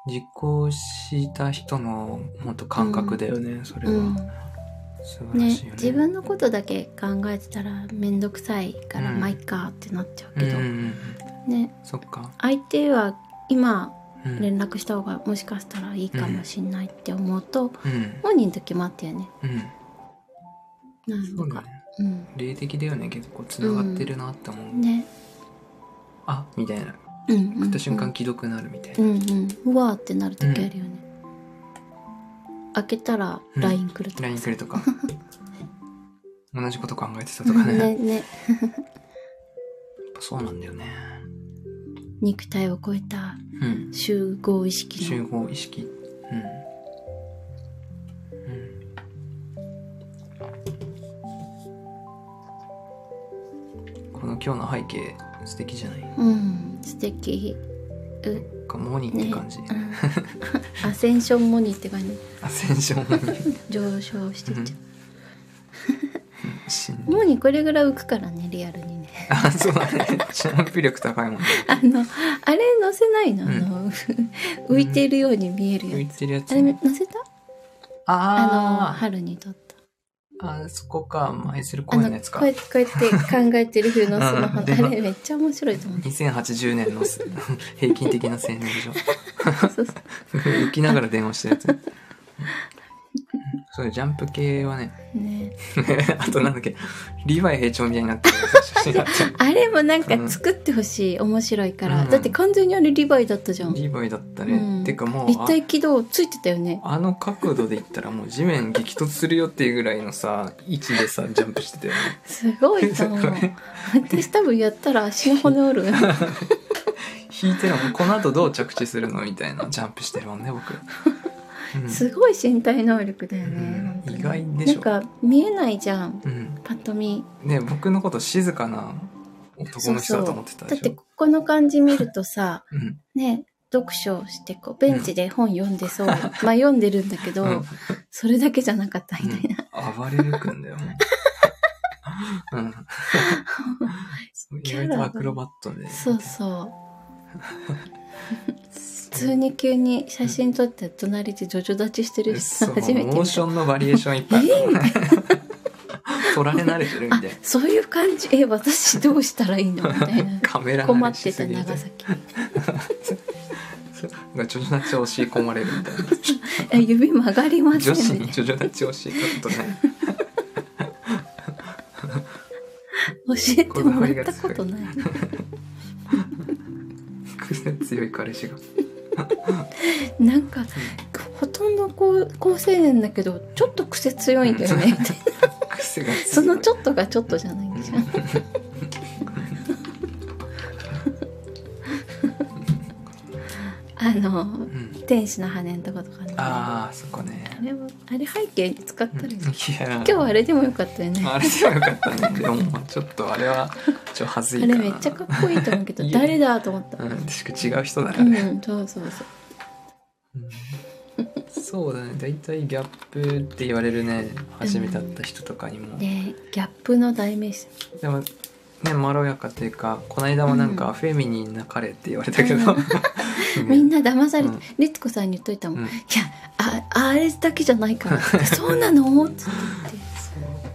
S2: 実行した人の本当感覚だよね、それ
S3: ど、
S2: は、
S3: うん
S2: 素晴ら
S3: ね
S2: しいよね
S3: 自分のことだけ考えてたら面倒くさいから
S2: う
S3: 「
S2: ん
S3: まあいっか」ってなっちゃうけど、
S2: うんうんうん
S3: ね
S2: そっか、
S3: 相手は今
S2: うん
S3: 連絡した方がもしかしたらいいかもしんないって思う
S2: う
S3: と、
S2: ん
S3: 本人と決まったよね。
S2: うん
S3: なん
S2: そ
S3: と
S2: うだ
S3: か
S2: ね
S3: うん
S2: 霊的だよね結構つながってるなって思う、
S3: ね
S2: あみたいな
S3: うんうんうん
S2: 食った瞬間既読になるみたいな、
S3: うんうんうわーってなる時あるよね、開けたら
S2: うん
S3: LINE 来るとか
S2: LINE 来ると か同じこと考えてたとかねやっ
S3: ねね
S2: ぱそうなんだよね
S3: 肉体を超えた
S2: うん
S3: 集合意識
S2: 集
S3: の
S2: 合意識うんうんこの今日の背景素敵じゃない
S3: うん素敵
S2: なんかモーニーって感じ、
S3: うん アセンションモニーって感じ
S2: アセンションモーニー
S3: 上昇してっちゃ
S2: 死ん
S3: う、モニーこれぐらい浮くからねリアルにね
S2: あそうだねジャンプ力高いもんね
S3: あのあれ乗せないのあの、 浮いているように見える
S2: 浮い
S3: やつ、
S2: てるやつ
S3: あれ乗せたあの
S2: あ
S3: 春に撮った
S2: ああそこか、まあ、SL
S3: あ
S2: 公
S3: の
S2: 園のやつ
S3: こ
S2: か
S3: うや。ってこうやって考えてる風のス マホ
S2: うん
S3: あれめっちゃ面白いと思う
S2: 2080年のす平均的な青年でしょ。
S3: そうそう
S2: 浮きながら電話したやつ。そういうジャンプ系はね、
S3: ね、
S2: あとなんだっけ、リヴァイ兵長みたいにな ってる写真になっちゃう。
S3: あれもなん
S2: う
S3: か
S2: ん
S3: 作ってほしい、面白いから、
S2: うん
S3: だって完全にあれリヴァイだったじゃん立
S2: リヴァイだったね。
S3: うん
S2: てかもう、あ
S3: 体軌道ついてたよね
S2: あの角度で言ったらもう地面激突するよっていうぐらいのさ、位置でさ、ジャンプしてたよね。
S3: すごい と思
S2: こ
S3: う
S2: れ
S3: 私多分やったら足の骨折る
S2: 引いてるもんこの後どう着地するのみたいなジャンプしてるもんね、僕。うん
S3: すごい身体能力だよ
S2: う
S3: ね、
S2: ん
S3: 本当に
S2: 意外でしょ
S3: なんか見えないじゃん
S2: うん
S3: パッと見
S2: ね僕のこと静かな男の人だと思ってた
S3: だ
S2: で
S3: っ
S2: しょ
S3: てここの感じ見るとさ
S2: うん
S3: ね読書してこうベンチで本読んでそう、まあ読んでるんだけど、
S2: うん
S3: それだけじゃなかったみたいな、
S2: 暴れるくんだよ、もううん、そう意
S3: キャラが
S2: 外とアクロバットで
S3: そうそう普通に急に写真撮って隣でジョジョ立ちしてる人
S2: そう
S3: 初めて
S2: モー
S3: 見
S2: シ
S3: た
S2: ョンのバリエーションいっぱいあるから ね取られ慣れてるみた
S3: あ
S2: いな
S3: そういう感じえ私どうしたらいいのみたい な
S2: カメラ
S3: 困
S2: 慣れ
S3: っ
S2: してす
S3: た
S2: ぎて
S3: 長崎
S2: ジョジョナチ押し込まれるみたい
S3: え指曲がりま
S2: な
S3: せ
S2: 女子
S3: ん
S2: に
S3: ね
S2: ジョジョナチ押し込むとね
S3: 教えてもらったことない
S2: 癖強い彼氏が
S3: なんかほとんどこう高青年だけどちょっと癖強いんだよ ねみたいな
S2: 癖が強い
S3: そのちょっとがちょっとじゃないんじゃんあの
S2: うん
S3: 天使の羽のとことかねあ
S2: ああそこね
S3: れはあれ背景に使った
S2: う
S3: ら
S2: ん
S3: いい
S2: い
S3: ね
S2: や
S3: 今日はあれでもよかったよねあ
S2: あれではよかったね。でも、ちょっとあれは、ちょっとはずいかな。
S3: れめっちゃかっこいいと思うけど
S2: いいよね
S3: 誰だと思った
S2: うん、確かに違う人だね、あ
S3: う
S2: れ。
S3: んそうそうそう
S2: うんそうだね大体ギャップって言われるね初めて会った人とかにも、
S3: ねギャップの代名詞
S2: でもねまろやかというかこの間もなんかフェミニンな彼って言われたけど、う
S3: みんな騙されて
S2: うん
S3: 律子さんに言っといたもん、
S2: うん
S3: いやああれだけじゃないから そうなのっつって言って、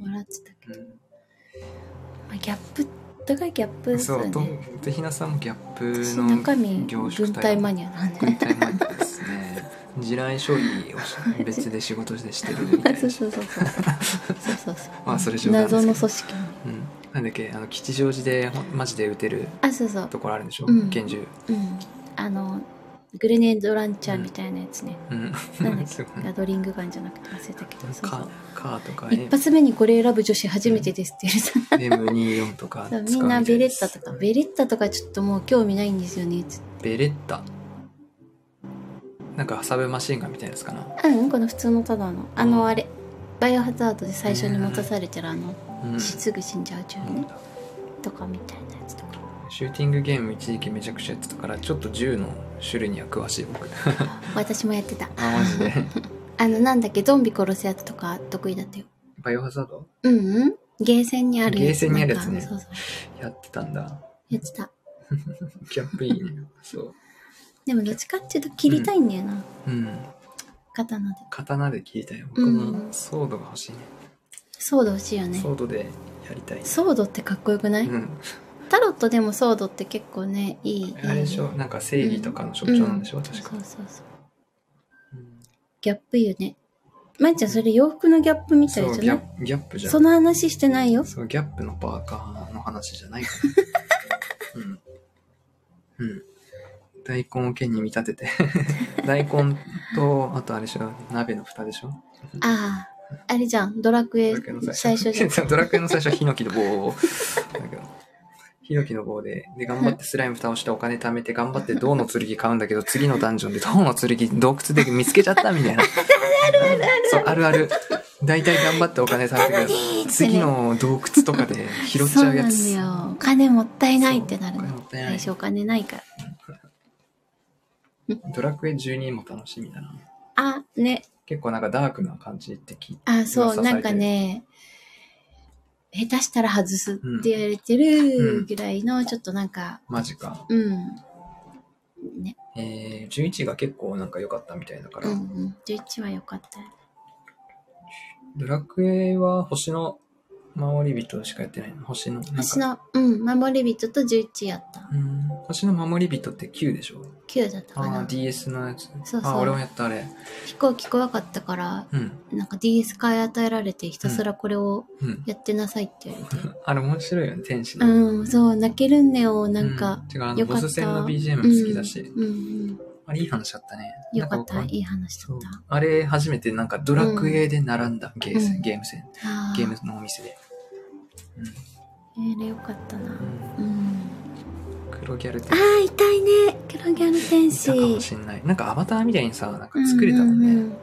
S3: うん、笑ってたけど、まあ、ギャップお互いギャップです
S2: そ
S3: よ
S2: うと
S3: ね
S2: とひなさんもギャッ
S3: 私
S2: プ
S3: 中身
S2: の凝縮
S3: 軍
S2: 体
S3: 隊マニアなんで
S2: 軍隊マニアですね地雷処理をし別で仕事でしてるみたいな
S3: そうそうそうそうそうそうそう
S2: まあそれ冗談ですけど
S3: 謎の組織の
S2: うん、なんだっけあの吉祥寺でほんマジで撃てる
S3: あそうそう
S2: ところあるんでしょ、
S3: うん
S2: 拳銃
S3: うんあのグレネードランチャーみたいなやつね、
S2: うん
S3: なんだっ
S2: す
S3: け
S2: ごい
S3: ガドリングガンじゃなくて忘れたけどそうそ
S2: カ
S3: う
S2: カーとか
S3: 一発目にこれ選ぶ女子初めてですって言う
S2: M24 とか
S3: さ
S2: 使う
S3: みんな
S2: たい
S3: ベレ
S2: で
S3: ッタ
S2: す
S3: とかベレッタとかちょっともう興味ないんですよねつっ
S2: ベレッタなんかサブマシンガンみたいなやつかな
S3: てうんこの普通のただのあの
S2: うん
S3: あれバイオハザードで最初に持たされてるあの、
S2: うん
S3: すぐ死んじゃう銃
S2: なん
S3: ね
S2: だ
S3: とかみたいなやつとか
S2: シューティングゲーム一時期めちゃくちゃやってたからちょっと銃の種類には詳しい僕
S3: 私もやってた
S2: あマジで
S3: あのなんだっけゾンビ殺すやつとか得意だったよ
S2: バイオハザード
S3: うんうんゲーセンにある
S2: ゲーセンにあるやつね
S3: なんかそうそう
S2: やってたんだ
S3: やってた
S2: ギャップいいねそう
S3: でもどっちかっていうと切りたいんだよな、
S2: うん
S3: 刀で
S2: 刀で切りたい僕もソードが欲しいね、
S3: ソード欲しいよね
S2: ソードでやりたい
S3: ソードってかっこよくない、
S2: うん
S3: タロットでもソードって結構ねいい
S2: あれでしょなんか正義とかの象徴なんでしょ、
S3: う
S2: 確か
S3: そうそうそう
S2: うん
S3: ギャップいいよねまいちゃんそれ洋服のギャップみた
S2: そ
S3: いうじ
S2: ギ
S3: ゃ
S2: ャ
S3: ない
S2: ップギャップじゃん
S3: その話してないよ
S2: そうギャップのパーカーの話じゃ ないかなうんうん大根を剣に見立てて 大根とあとあれでしょ鍋の蓋でしょ
S3: あああれじゃんドラク
S2: ド
S3: エ
S2: ラクエの
S3: 最
S2: 最
S3: 初
S2: 初
S3: じゃ ん
S2: ドラクエの最初はヒノキの棒をだけどヒノキの棒でで頑張ってスライム倒してお金貯めて頑張って銅の剣買うんだけど次のダンジョンで銅の剣洞窟で見つけちゃったみたいなそう あるある大体頑張ってお金貯めてく
S3: ーってね
S2: 次の洞窟とかで拾っちゃうやつ
S3: そうなんだよ金もったいないってなる
S2: そう
S3: の
S2: 金もったいな
S3: 最
S2: い
S3: 初お金ないから
S2: ドラクエ12も楽しみだな。
S3: あね
S2: 結構なんかダークな感じって聞いて。
S3: あそう
S2: 噂さ
S3: な
S2: れてる
S3: んかね下手したら外すって言われてるぐらいの、ちょっとなんか
S2: マジか。
S3: うんね
S2: えー、11が結構なんか良かったみたいだから。
S3: うんうん11は良かった
S2: ドラクエは星の守り人しかやってないの。星の。なんか
S3: 星。の、うん、守り人と11やった。
S2: うん。星の守り人って9でしょ。
S3: 9だった
S2: あ
S3: か
S2: あー、
S3: な。
S2: DS のやつ。
S3: そうそう
S2: あ、俺もやった、あれ。
S3: 飛行機怖かったから、
S2: うん。
S3: なんか DS から与えられてひたすらこれを
S2: うん。
S3: やってなさいって言われて。
S2: あれ面白いよね、天使
S3: う
S2: の。
S3: ん、そう、泣けるんだよ、なん
S2: う
S3: か。
S2: ん、違う、あの、
S3: よか
S2: ボ
S3: った
S2: ス戦の BGM
S3: うん、
S2: 好きだし。
S3: うん、うん
S2: あれ、いい話だったね。
S3: よかっ
S2: な
S3: た、
S2: ん
S3: いい話だ
S2: そう
S3: った。
S2: あれ、初めてなんかドラクエで並んだ、ゲーセン
S3: うん
S2: ゲーム戦。
S3: あ
S2: ゲームのお店で。
S3: えー、よかったな
S2: う。ん
S3: うん。
S2: 黒ギャルって
S3: ああ、痛いね、キャラギャル天
S2: い
S3: 使。
S2: たかもしんない。なんかアバターみたいにさ、なんか作れたもん
S3: う
S2: ね。
S3: んうん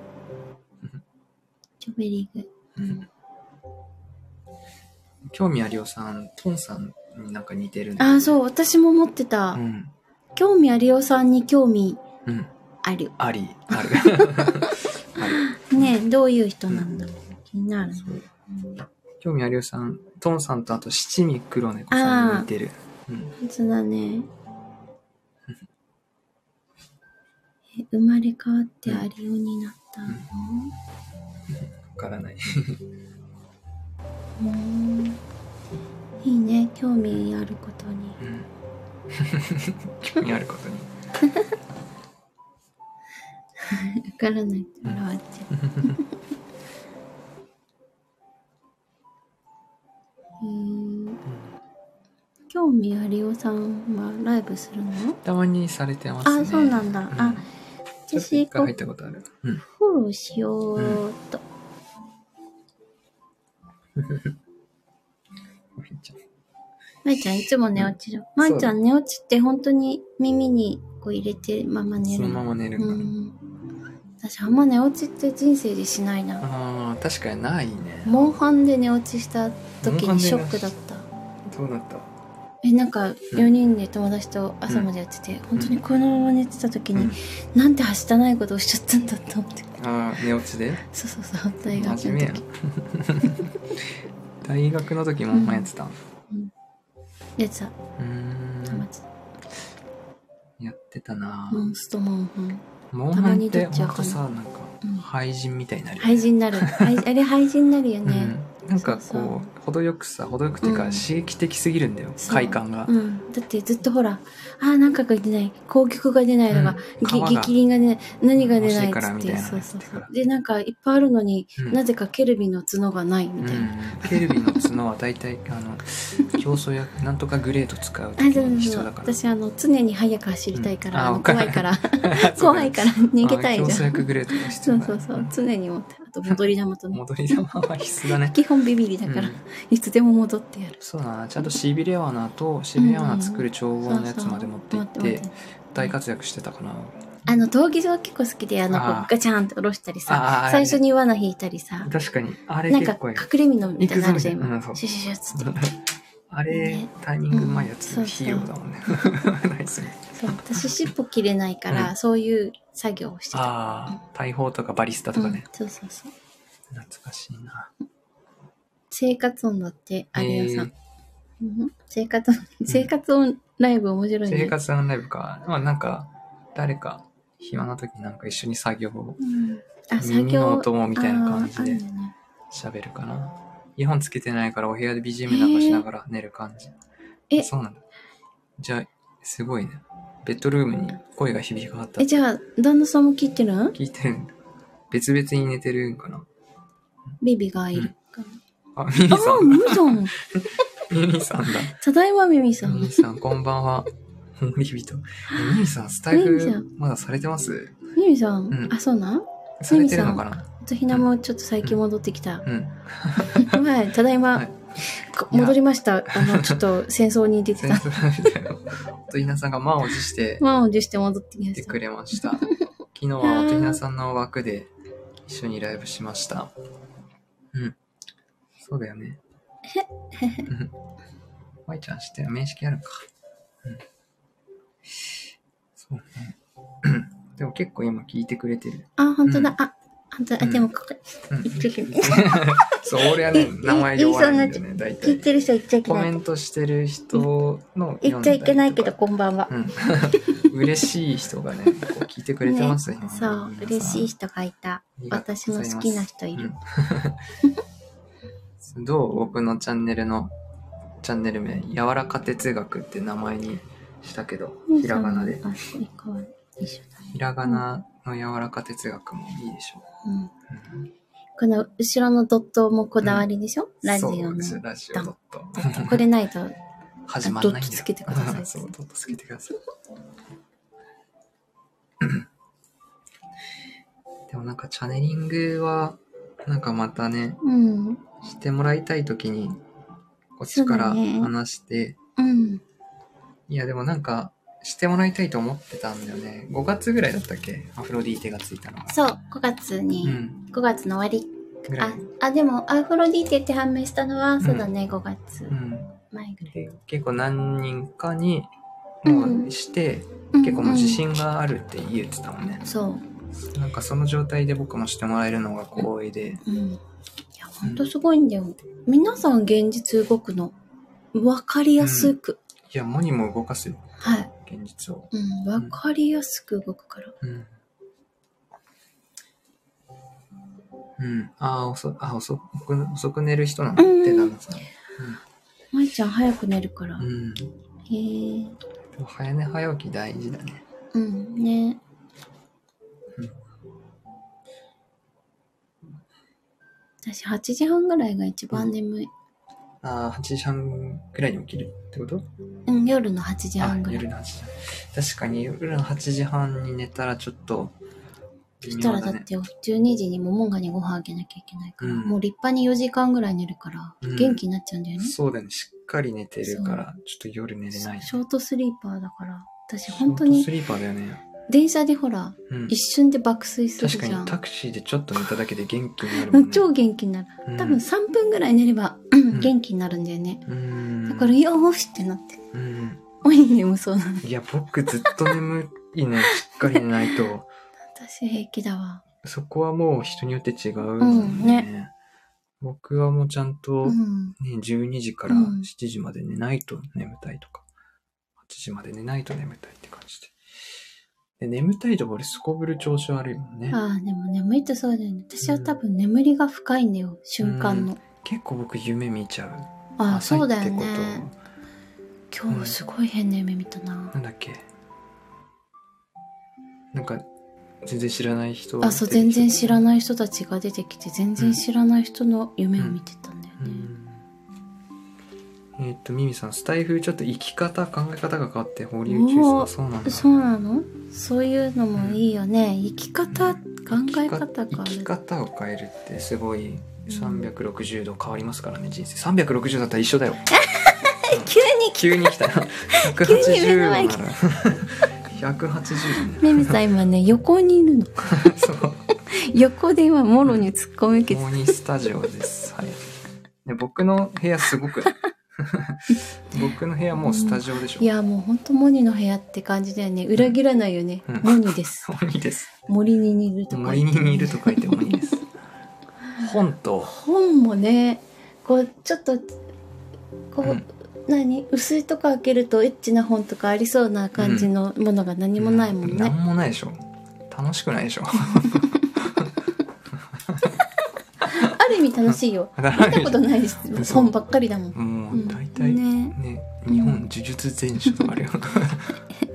S3: チョベリグ。うん
S2: 興味ありおさん、トンさんになんか似てるんだよ
S3: ああ、そう、私も持ってた。
S2: うん。
S3: 興味ありおさんに興味
S2: うん。
S3: ある。
S2: あり、あ る。ある
S3: ねえ、どういう人なんだろう。気になるね。
S2: そう興味ありおさん、トンさんとあと七味黒猫さんに似てる。うん。
S3: 本当だね。え生まれ変わってありようになったの、
S2: わからない。
S3: うんいいね、興味あることに。
S2: うん 興味あることに。
S3: わからないって笑われちゃう。 うん興味ありおさんはライブするの
S2: たまにされてますね。
S3: あ、そうなんだ。
S2: うん
S3: あ、
S2: ちょっと一
S3: 私、
S2: 回
S3: こ
S2: 入ったことある。うん。
S3: フォローしようっと。まいちゃんいつも寝落ちだ。まいちゃん寝落ちって本当に耳にこう入れてまま寝
S2: そ
S3: る。
S2: のまま寝るから。
S3: うん。私あんま寝落ちって人生でしないな。
S2: ああ、確かにないね。
S3: モンハンで寝落ちした時
S2: モンハン
S3: に
S2: で
S3: シ
S2: 寝
S3: ョ
S2: 落
S3: ッ
S2: ち
S3: クだった。
S2: どうなった
S3: えなんか4人で友達と朝までやってて、本当にこのまま寝てた時に、なんてはしたないことをしちゃったんだと思って
S2: ああ寝落ちで
S3: そうそうそう大学の
S2: 真面目や
S3: 時
S2: 大学の時も前やってた
S3: やってた
S2: う
S3: たま
S2: ん
S3: に
S2: やってたな
S3: モンストモンハン
S2: モン
S3: た
S2: ハ
S3: ま
S2: ン
S3: に
S2: っ
S3: ど
S2: て
S3: っち
S2: ほ
S3: わ
S2: んと
S3: かんない
S2: さなんか
S3: うん
S2: 廃人みたいになるよね
S3: 廃人に なる廃あれ廃人になるよね、
S2: うん、なんかこう
S3: そうそ
S2: 程よくさ程よくっていうか、
S3: うん
S2: 刺激的すぎるんだよ
S3: そう
S2: 快感が、
S3: うんだってずっとほらあーなんかが出ない紅曲が出ないのが、
S2: うん
S3: ぎ
S2: 皮が
S3: 激輪が出ない何が出ない
S2: 欲
S3: っ
S2: しいから
S3: つっ
S2: みたい
S3: て
S2: な
S3: そうそう
S2: やつ
S3: そう
S2: とか
S3: でなんかいっぱいあるのに、
S2: うん
S3: なぜかケルビの角がないみたいな、
S2: うん、ケルビの角は大体あの競争やなんとかグレード使う
S3: あ
S2: 時
S3: そうそう
S2: に必
S3: そ
S2: 要
S3: う
S2: だから
S3: 私あの常に早く走りたいか
S2: うんあ
S3: ら、あの
S2: わかる
S3: 怖いか ら
S2: そう
S3: 怖
S2: だね
S3: いから逃げたい
S2: あ
S3: じ
S2: 競争
S3: ゃん
S2: 役グレードが必
S3: そ
S2: 要
S3: う
S2: だ
S3: そうそう
S2: ね
S3: 常に持ってあと戻り玉と
S2: うん
S3: ね
S2: 戻り玉は必須だね
S3: 基本ビビりだから、
S2: うん
S3: いつでも戻ってやる
S2: そうだなちゃんとシビレアナとシビレアナ作る調合
S3: そう
S2: のやつまで持っていっ
S3: そう持
S2: て大活躍してたかな
S3: あの闘技場結構好きであのこう
S2: あー
S3: ガチャンって下ろした
S2: あ
S3: りさ
S2: ー
S3: 最初に罠引いたりさ
S2: 確かにあれ
S3: なん
S2: 結
S3: か
S2: 構
S3: 隠
S2: いい
S3: れみのみたいなのあるじゃん
S2: 行くぞみたいな
S3: 今
S2: うんそう
S3: シュシュシュっつって
S2: あれ
S3: ね
S2: タイミングうまいやつ、
S3: うん
S2: ヒーローだ もんねナイス
S3: そう私尻尾切れないから、
S2: う
S3: そういう作業をしてた
S2: ああ大砲とかバリスタと
S3: う
S2: か
S3: ん
S2: ね、、
S3: そうそうそう
S2: 懐かしいな
S3: 生活音だって有吉さん、
S2: えー
S3: うん生活音生活音ライブ面白いね
S2: 生活のライブかまあなんか誰か暇な時なんか一緒に作業を
S3: うんあ作業
S2: 耳のお供みたいな感じで
S3: あーあるよね
S2: 喋るかなイヤホンつけてないからお部屋で BGM 流しながら寝る感じ
S3: え
S2: そうなんだじゃあすごいねベッドルームに声が響かかった
S3: えじゃあ旦那さんも切ってるん
S2: 聞いてるんだ別々に寝てるんかな
S3: ベビがいるから、
S2: あミミ
S3: あ
S2: さ
S3: あー
S2: ん
S3: ミ
S2: だ
S3: ミさん
S2: ミミさんだ
S3: ただいまミミさ
S2: ミ
S3: ん
S2: ミさんこんばん はリビとえミミさんスタイ
S3: ミミさ
S2: フ
S3: ん
S2: まだされてます
S3: ミミさん、
S2: うん
S3: あそうなん
S2: されてるのかな
S3: あとひなもちょっと最近戻ってきた、
S2: うん
S3: はい、ただいま、
S2: はい
S3: こ
S2: いや
S3: 戻りました。あの、ちょっと戦争に出て
S2: 先
S3: た。
S2: 生みたいな音ひなさんが満を持して
S3: 満を持して戻ってき
S2: 来
S3: ま
S2: て
S3: した
S2: く。れました。昨日は音ひなさんの枠で一緒にライブしました。うん。そうだよね。うん舞ちゃん知ってる面識あるか。うん。そうね。でも結構今聞いてくれてる。
S3: あ、本当だ。
S2: うん
S3: あ、本当だ。
S2: う
S3: あ、
S2: ん
S3: でもここ、
S2: うん
S3: 言っちゃいけない。
S2: そう、俺はね、名前呼ばないんだよね、大
S3: 聞い
S2: 体。
S3: てる人言っちゃいけ
S2: コ
S3: な
S2: メ
S3: い。
S2: ントしてる人の
S3: 言っちゃいけないけど、
S2: 読んだりとか
S3: こんばんは。
S2: うん、 嬉しい人がね、こう聞いてくれてますね。
S3: そう、嬉しい
S2: 人。
S3: 人がいた。
S2: ありがとう
S3: 私
S2: ご
S3: も
S2: ざいます
S3: 好きな人いる。
S2: うんどう僕のチャンネルのチャンネル名「柔らか哲学」って名前にしたけどひらがなで
S3: あ、そうかわいい。一緒だ。
S2: ひらがなの柔らか哲学もいいでしょ
S3: うん。
S2: う、うん
S3: この後ろのドットもこだわりでしょラジオ
S2: そう
S3: の
S2: で
S3: ド
S2: す
S3: ッ
S2: ラジオドット
S3: ト。これないと。
S2: 始まんないんだよ
S3: ドットつけてください
S2: そうドットつけてくださいでもなんかチャネリングはなんかまたね
S3: うん。
S2: してもらいたい時にこっちから
S3: そうだね
S2: 話して、
S3: うん。
S2: いやでもなんかしてもらいたいと思ってたんだよね5月ぐらいだったっけアフロディーテがついたのが
S3: そう、5月
S2: う
S3: に、
S2: ん
S3: 5月の終わり
S2: ぐらい
S3: ああでもアフロディーテって判明したのは、
S2: ん
S3: そうだね5月
S2: うん
S3: 前ぐらい、
S2: で結構何人かに
S3: うん
S2: もうして、結構もう自
S3: ん
S2: 信があるって言ってたもんね
S3: うん、そ
S2: なんかその状態で僕もしてもらえるのが光栄で
S3: う、うん、いやほんとすごいんだよ、皆さん現実動くの分かりやすく、
S2: いやモにも動かすよ
S3: はい、
S2: 現実を
S3: うん、分かりやすく動くから、
S2: うんうん、ああ遅あ遅く遅く寝る人なんだって
S3: うん
S2: 旦那さん、
S3: まいちゃん早く寝るから、
S2: う
S3: へ
S2: ん、で
S3: え
S2: も早寝早起き大事だね
S3: うんね
S2: うん
S3: 私8時半ぐらいが一番眠い、
S2: ああ、8時半ぐらいに起きるってこと
S3: うん夜の8時
S2: あ
S3: 半ぐらい
S2: 夜の8時半。確かに夜の8時半に寝たらちょっと
S3: そ
S2: 微
S3: した
S2: 妙
S3: ら
S2: だ
S3: だっ
S2: ね。
S3: て12時にももんがにご飯あげなきゃいけないから、
S2: うん
S3: もう立派に4時間ぐらい寝るから
S2: うん
S3: 元気になっちゃうんだよね、
S2: そうだね。しっかり寝てるから、ちょっと夜寝れない。
S3: ショートスリーパーだから私
S2: ショ
S3: 本当
S2: ート
S3: に
S2: スリーパーだよね。
S3: 電車でほら、
S2: うん
S3: 一瞬で爆睡する
S2: 確
S3: じ
S2: か
S3: ゃ
S2: に
S3: ん。
S2: タクシーでちょっと寝ただけで元気になる
S3: う
S2: もん
S3: ん
S2: ね。
S3: 超元気になる。
S2: うん
S3: 多分3分ぐらい寝れば、
S2: ん
S3: 元気になるんだよね。
S2: うん。
S3: だから、よーしってなって。
S2: うん。
S3: おい眠そうなの。
S2: いや、僕ずっと眠いね。しっかり寝ないと。
S3: 私平気だわ。
S2: そこはもう人によって違うも
S3: うんね
S2: 僕はもうちゃんと、
S3: う
S2: ね、
S3: ん。
S2: 12時から
S3: うん
S2: 7時まで寝ないと眠たいとか、8時まで寝ないと眠たいって感じで。で眠たいと俺すこぶる調子悪いもんね。
S3: ああ、でも眠いってそうだよね。私は多分眠りが深いんだよ。瞬間の。
S2: 結構僕夢見ちゃう。
S3: ああ、
S2: 朝
S3: そうだ
S2: って
S3: よ
S2: こ
S3: ね。
S2: と
S3: 今日すごい変な夢見たな。
S2: なんだっけなんか、全然知らない人
S3: あ、そう、全然知ら
S2: い。
S3: ない人たちが出てきて、全然知らない人の夢を見てたんだよ
S2: う
S3: ね。
S2: んえーっと、ミミさん、スタイフちょっと生き方、考え方が変わって、法隆中
S3: お
S2: さ
S3: ー
S2: ん、そうなんだ。
S3: そうなのそういうのもいいよね。生き方、考え方があ
S2: 生き生
S3: る。
S2: き方を変えるってすごい360度変わりますからね人生360だったら一緒だよ
S3: 急に来
S2: 急に来たよ
S3: 急に目
S2: 180
S3: の前
S2: 度
S3: 来
S2: なら 180
S3: メミさん今ね、横にいるの。
S2: 度ねそう
S3: 横で今、もろに突っ込み受けて
S2: モーニースタジオですはいで僕の部屋すご く僕の部屋もうスタジオでしょ
S3: いや、もうほんとモニの部屋って感じだよね。裏切らないよね。
S2: うん
S3: モ ニです。
S2: 鬼です
S3: 森に似るとか。
S2: 森にいると書いて鬼 です本と
S3: 本もね、こう、ちょっと、こう、
S2: うん
S3: 何薄いとこ開けるとエッチな本とかありそうな感じのものが何もないもん
S2: な
S3: ね。
S2: んもないでしょ楽しくないでしょ
S3: ある意味楽し いよ。
S2: だ
S3: 見たことないです
S2: そう
S3: 本ばっかりだもん。
S2: も
S3: うん
S2: う大体、
S3: ね
S2: ね日本呪術全書とかあるよ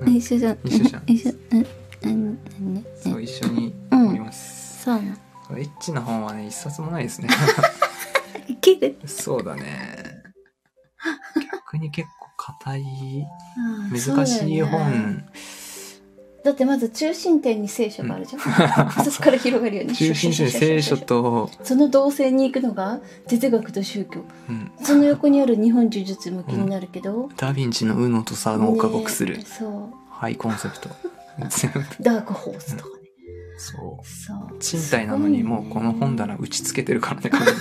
S2: うん
S3: 一緒じゃん。
S2: 一緒じゃん
S3: 一緒。うんうんうんね
S2: そう一緒に
S3: うん
S2: おります、
S3: そうなの。
S2: エッチな本はね一冊もないですね
S3: いける。
S2: そうだ ね逆に結構硬い
S3: ああ
S2: 難しい。
S3: そうだよね
S2: 本、
S3: だってまず中心点に聖書があるじゃん。 そこから広がるよね。
S2: 中心点聖書。と、
S3: その動線に行くのが哲学と宗教。
S2: うん、
S3: その横にある日本呪術も気になるけど。
S2: ダ・ヴィンチの「ウノとサのを加獄する、
S3: ねそう。
S2: ハイコンセプト全部
S3: ダークホースとかね。
S2: そう
S3: そう。
S2: 賃貸なのにもうこの本棚打ちつけてるからね完全に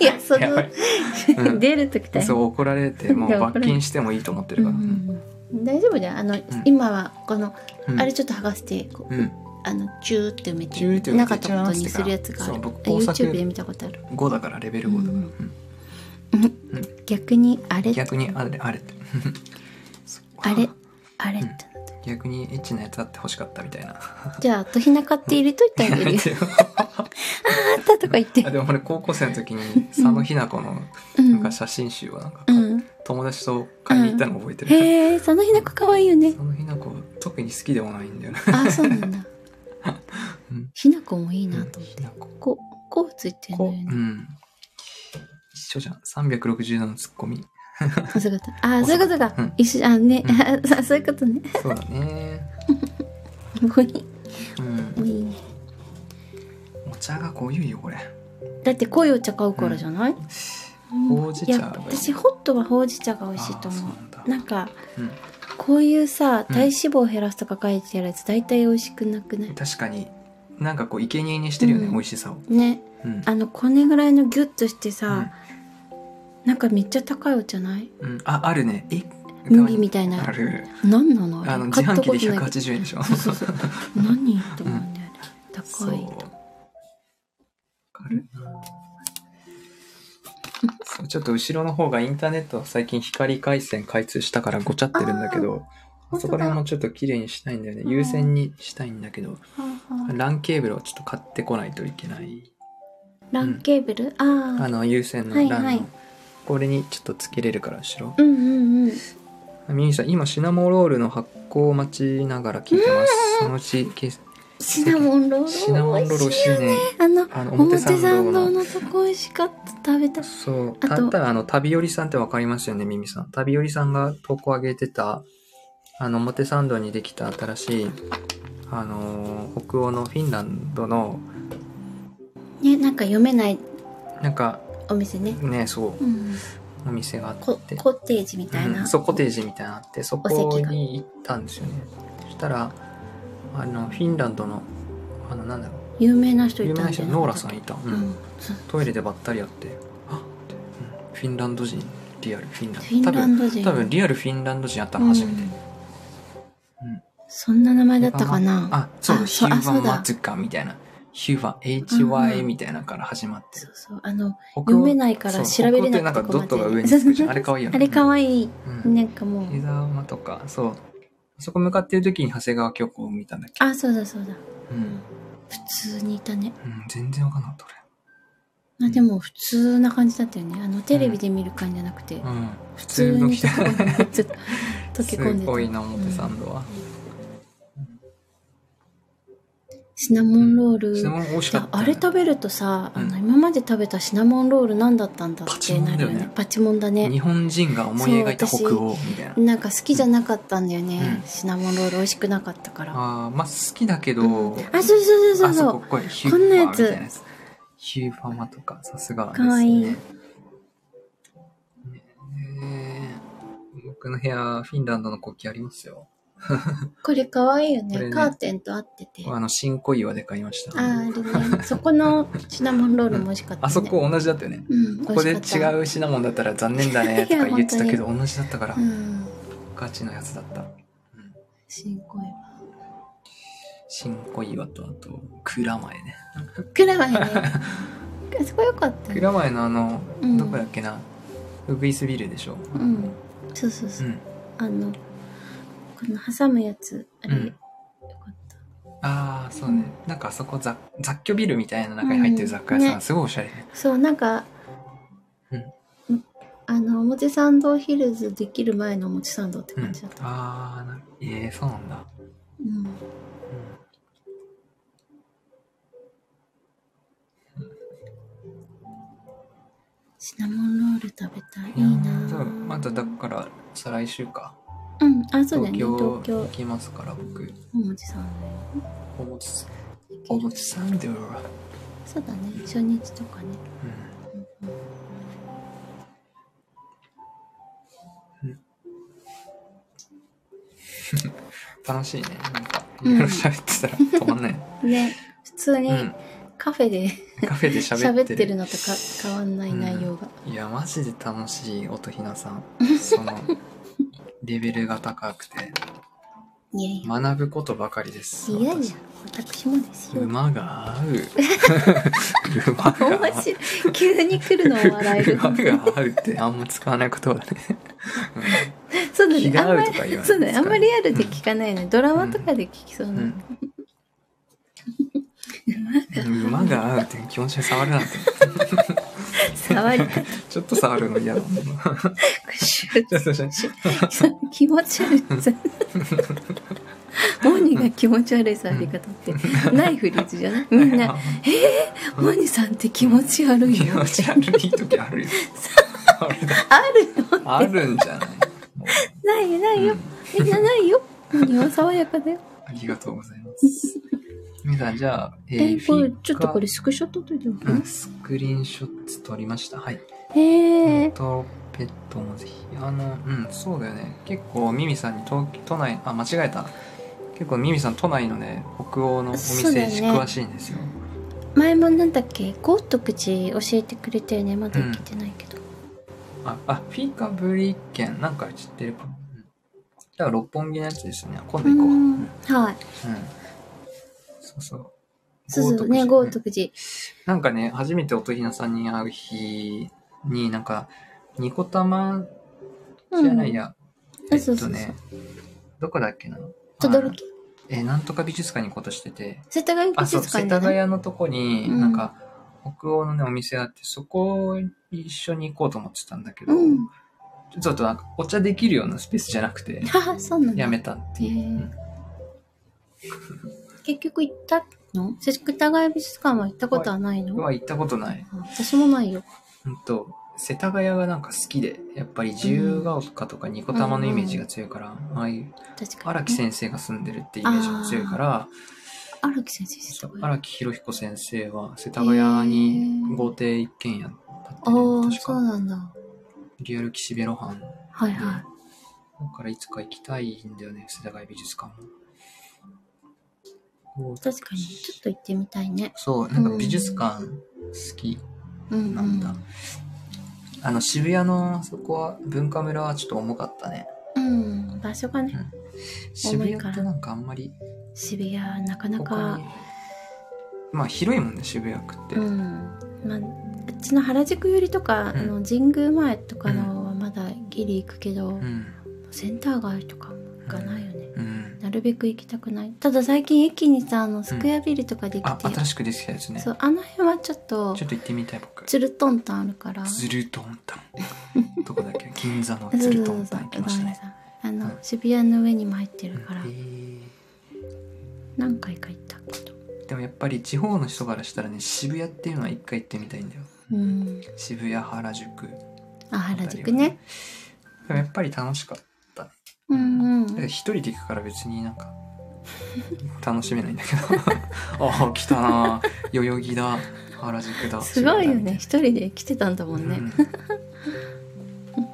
S3: いや、そ
S2: やば
S3: の
S2: い、うん
S3: 出るときだ
S2: そう怒られてもう罰金してもいいと思ってるから、
S3: 大丈夫じゃん。あの、
S2: ん
S3: 今は、この、
S2: うん
S3: あれちょっと剥がして、こう
S2: うん
S3: あの、チューって埋めて、
S2: チューって埋めて
S3: なかったことにするやつがある。
S2: そう僕工作
S3: YouTube で見たことある。
S2: 5だからレベル5だから、
S3: う
S2: うん
S3: 逆に、あれ、
S2: 逆にあれあれって そう
S3: あれ、あれってなって。
S2: 逆にエッチなやつあって欲しかったみたいな
S3: じゃあ、とひなかって入れといてあげるよ。あったとか言って
S2: あ。でも俺高校生の時に佐野日な子の
S3: うん
S2: なんか写真集をなんか
S3: う
S2: 買って
S3: ん。
S2: 友達と買いに行ったの覚えてる、
S3: へえ、そのひなこかわいい よね。
S2: 佐野日な子特に好きでもないんだよね
S3: あ、そうなんだ
S2: うん。
S3: ひなこもいいなと思っ
S2: 日
S3: て。
S2: な子
S3: こう、こうついてるの
S2: こう
S3: よ
S2: う
S3: ね。
S2: ん一緒じゃん360度のツッコミ
S3: あそういうこと。あ、そういうことか
S2: うん。
S3: 一緒、あ、ね
S2: う、
S3: あ そういうことね。
S2: そうだね
S3: もういい。
S2: うん
S3: もういいね。
S2: お茶が濃ゆいよこれ
S3: だって濃いお茶買うからじゃない
S2: ほうじ茶が
S3: い
S2: い
S3: や
S2: い
S3: 私ホットはほうじ茶が美味しいと思
S2: あーそうなんだ
S3: うなんか
S2: うん
S3: こういうさ
S2: うん
S3: 体脂肪を減らすとか書いてあるやつ大体美味しくなくない
S2: 確かになんかこう生贄にしてるよね、
S3: うん
S2: 美味しさを、
S3: ね
S2: うん
S3: あのこれぐらいのギュッとしてさなんかめっちゃ高いお茶ない
S2: うん、ああるねえ
S3: 麦みたいな
S2: ある
S3: 何なの
S2: あ
S3: あ
S2: の
S3: れ
S2: 自販
S3: 買った
S2: 機
S3: こ
S2: で
S3: とないけど
S2: 180円でしょ
S3: そうそうそう何と思うんだよね高い
S2: わかるそうちょっと後ろの方がインターネットは最近光回線開通したからごちゃってるんだけど
S3: あー
S2: そこら辺もちょっと綺麗にしたいんだよね
S3: うん
S2: 優先にしたいんだけど
S3: はあはあ
S2: LAN ケーブルをちょっと買ってこないといけない
S3: ランケーブルあ
S2: あ
S3: あ
S2: の優先の
S3: はい
S2: LAN
S3: は
S2: の、
S3: い
S2: これにちょっとつけれるから後ろ
S3: うんうんうん
S2: ミニさん今シナモロールの発酵を待ちながら聞いてますそのうちけ
S3: シナモンロール
S2: シナモンロールを
S3: 美味しいよね
S2: 新年
S3: あの
S2: あの
S3: 表
S2: 表参道
S3: 参
S2: の
S3: 道のとこ美味しかった食べた
S2: そう。
S3: あと
S2: たただ、あの、旅寄りさんってわかりますよね、ミミさん。旅寄りさんが投稿上げてた、あの、表参道にできた新しい、あのー北欧のフィンランドの、
S3: ねなんか読めない
S2: なんか、
S3: お店ね、
S2: ね、そう、
S3: うん、
S2: お店があ
S3: コ
S2: って、
S3: コテージみたいな、
S2: うんそう、コテージみたいなのあって、そ
S3: お
S2: こ
S3: 席が
S2: に行ったんですよね。そしたら、あのフィンランドのあのなんだろ
S3: 有名な人
S2: う
S3: い
S2: 有名
S3: た
S2: なん
S3: じ
S2: 人
S3: ゃな
S2: ノー
S3: か
S2: ラ
S3: った
S2: さん
S3: っけ
S2: いた、う
S3: うんん、
S2: トイレでばったりやってあって、うんフィンランド人リアルフィンラ
S3: フィ
S2: ン
S3: ン
S2: ド多
S3: ラ
S2: 分
S3: ンド人
S2: 多分リアルフィンランド人やったの初めて、
S3: うん
S2: うん
S3: そんな名前だったかな
S2: あそうだ
S3: あ
S2: ヒ
S3: そう
S2: ュー
S3: あ
S2: マ
S3: そう
S2: ン
S3: だ
S2: マツカみたいなヒューマン
S3: うんう
S2: HY
S3: ん
S2: みたいなのから始まって
S3: そう
S2: る、
S3: そうあの
S2: 北欧
S3: 読めないから
S2: そ
S3: 調
S2: う
S3: べれな
S2: 北
S3: く
S2: 欧ってなんかド
S3: て
S2: ットが上につくじゃん あれ可愛いよね
S3: あれ可愛い
S2: うん
S3: なんかもう
S2: 枝馬とかそうあそこ向かってる時に長谷川京子を見たんだっけ
S3: あそうだそうだ
S2: うん、
S3: 普通にいたね
S2: うん、全然わかんなかった
S3: あでも普通な感じだったよねあのテレビで見る感じじゃなくて、
S2: 俺うん普
S3: 普通
S2: 通の
S3: に
S2: 人
S3: 溶け込んでた溶け込ん
S2: す
S3: で
S2: ごい
S3: た
S2: な表参道は、
S3: シナモンロール、
S2: シナモン美味しかった
S3: あれ食べるとさ、
S2: うん
S3: あの今まで食べたシナモンロール何だったんだっ
S2: パチ
S3: て
S2: モン
S3: な
S2: だ
S3: る
S2: よ
S3: よ
S2: ね
S3: ねパチモンだね
S2: 日本人が思い描いた
S3: そ
S2: 北
S3: う私
S2: 欧みたいな
S3: なんか好きじゃなかったんだよね、
S2: うん
S3: シナモンロール美味しくなかったからあ
S2: あーまあ好きだけど、
S3: そうそうそうそう
S2: あ
S3: そ
S2: そうここれヒュ
S3: こんな
S2: ー
S3: や
S2: マ
S3: つ
S2: みたいなやつヒューファマとかさすがです
S3: かわいい
S2: ねねえ僕の部屋フィンランドの国旗ありますよ
S3: これ可愛いよ
S2: これ
S3: ね
S2: ね
S3: カーテンと合っててあ
S2: あの新小岩で買いました
S3: ああれねそこのシナモンロールも美味しかった、ね
S2: あそこ同じだったよね
S3: うん
S2: ここで
S3: 美味しかった
S2: 違う品物だったら残念だねとか言ってたけど同じだったから
S3: うん
S2: ガチのやつだった、うん、
S3: 新小岩
S2: 新小岩とあと蔵前ね
S3: 蔵前ねあそこ良かったね
S2: 蔵前のあの、
S3: うん
S2: どこだっけなウグイスビルでしょ
S3: うんそうそう
S2: う
S3: そう、
S2: ん
S3: あのこの挟むやつあれ、
S2: うん
S3: よかった
S2: ああそうね、なんかあそこ雑雑居ビルみたいな中に入ってる雑貨屋さん、
S3: うんね
S2: すごいおしゃれね
S3: そうなんか、うんあの表参道ヒルズできる前の表参道って
S2: うん
S3: 感じだった、
S2: ああなええそうなんだ、
S3: うんシナモンロール食べたいい
S2: うん、
S3: いな
S2: やーまただから再来週か、
S3: うんあそうだ
S2: 東
S3: よね
S2: 京
S3: 東京
S2: 行きますから僕
S3: 表参
S2: おもち
S3: 道
S2: お
S3: 行
S2: も
S3: ける
S2: ちさんでは
S3: そうだね初日とかね
S2: うんうん楽しいねなんかい
S3: うん
S2: ろいろ喋ってたら止まんない、
S3: ね普通
S2: う
S3: に
S2: ん、
S3: カフェで
S2: カフェで喋
S3: 喋
S2: っ
S3: ってて
S2: る
S3: るのとか変わんない内容が、
S2: いやマジで楽しい音ひなさんそのレベルが高くて
S3: いやいや
S2: 学ぶことばかりです
S3: いやい
S2: 私
S3: や私もですよ
S2: 馬が合う馬が合う
S3: 面白い急に来るのを笑える
S2: 馬が合うってあんま使わない言葉だね
S3: そうだ
S2: 気
S3: ね
S2: が
S3: あ
S2: 合
S3: ん
S2: う
S3: ま
S2: と
S3: り
S2: か言わない
S3: そうだねあんま
S2: り
S3: リアルで聞かないね、ドラマとかで聞きそうな、
S2: 馬が合うって気持ちに触るなんて
S3: 触り方
S2: ちょっと触るの嫌だもん
S3: シュ
S2: ちょっとちょっと
S3: ッ気持ち悪いモニが気持ち悪い触り方ってないフリーズじゃないみんな「えー、モニさんって気持ち悪い
S2: 気
S3: よ
S2: 持」ち悪い時あるよあれだ
S3: あるよ
S2: あるんじゃないもう
S3: ないよないよ、みんなないよモニは爽やかだよ
S2: ありがとうございます。みさん、じゃあ、え
S3: え
S2: ー
S3: こ
S2: フィ
S3: れ
S2: ッカ
S3: ちょっとこれスクショ撮っといてもら
S2: う
S3: お
S2: ん
S3: う
S2: スクリーンショット撮りました。はい。
S3: へえ
S2: トロペットもぜひ。あの、うん、そうだよね。結構、ミミさんに東都内、あ、間違えた。結構、ミミさん、都内のね、北欧のお店、
S3: そうだよね
S2: 詳しいんですよ。
S3: 前もなんだっけゴート口教えてくれてねまだ行けてないけど、
S2: あ、あ、フィーカブリケン、なんか知ってるかな。うんだから、六本木のやつですよね。今度行こう。う。
S3: うんんはい
S2: そうそう。
S3: そうそうね豪
S2: 徳寺
S3: 徳寺
S2: なんかね、初めて音ひなさんに会う日に、なんか、ニコタマじゃないや、
S3: うん
S2: えっ
S3: そう
S2: と
S3: そうそう
S2: ね、どこだっけな
S3: とどろ
S2: あ
S3: き
S2: えーなんとか美術館に行こうとしてて、
S3: 世田谷美
S2: あ、そう、
S3: 術館
S2: 世
S3: じゃ
S2: 田
S3: ない
S2: 谷のとこに、
S3: うん
S2: なんか、北欧のね、お店あって、そこ一緒に行こうと思ってたんだけど、
S3: うん
S2: ちょっとなんか、お茶できるようなスペースじゃなくて、
S3: ははそうなんだ
S2: やめたっていう。
S3: へー結局行ったの世田谷美術館は行ったことはないの、
S2: うん、は行ったことない。
S3: あ私もないよ
S2: ほんと、世田谷がなんか好きで、やっぱり自由が丘とかニコタマのイメージが強いから、ああいう
S3: 確かに
S2: 荒木先生が住んでるってイメージが強いから、
S3: 荒木先生世田谷
S2: 荒木博彦先生は世田谷に豪邸一軒家だった
S3: あ
S2: ね
S3: あ
S2: 確
S3: そう
S2: か。
S3: なんだ
S2: リアル岸辺露伴で。
S3: はい
S2: だ
S3: は
S2: からいつか行きたいんだよね、世田谷美術館も。こう
S3: 確かにちょっと行ってみたいね
S2: そう、なんか美術館好き
S3: うん
S2: なんだ。あの渋谷のそこは文化村はちょっと重かったね。
S3: うん、うん、場所がね
S2: 渋谷
S3: 重いか
S2: っ
S3: ら
S2: てなんかあんまり
S3: 渋谷はなかな
S2: 他
S3: か
S2: にまあ広いもんね渋谷区って。
S3: うんまああっちの原宿寄りと
S2: う
S3: か、
S2: ん
S3: あの神宮前とかのはまだギリ行くけど、
S2: うん
S3: センター街とかも行かないよね、
S2: うん。
S3: なるべく行きたくないただ最近駅にさあのスクエアビルとかでき
S2: あ
S3: て、
S2: 新しくできたやつね。ち
S3: そ
S2: ょっ
S3: うあの辺はちょっと
S2: と行ってみたい僕。
S3: ツルトンタンあるから
S2: ズルトンタン。どこだっけ銀座の
S3: そう
S2: ズ
S3: そう
S2: ル
S3: そ
S2: トン
S3: う
S2: タ
S3: そう
S2: ン行きましたね。
S3: ごめんなさいあの、
S2: うん
S3: 渋谷の上にも入って
S2: う
S3: る
S2: ん
S3: から、
S2: へー
S3: 何回か行ったけど
S2: でもやっぱり地方の人からしたらね渋谷っていうのは一回行ってみたいんだよ。
S3: うん
S2: 渋谷原宿。
S3: あ原宿ね。
S2: でもやっぱり楽しかった。
S3: うんうん
S2: だから一人で行くから別になん か楽しめないんだけど ああ来たなあ代々木だ原宿だ
S3: すごい
S2: 渋
S3: よ
S2: 谷だ
S3: ね
S2: み
S3: 一人で来てたんだもん
S2: たいな
S3: ね
S2: うん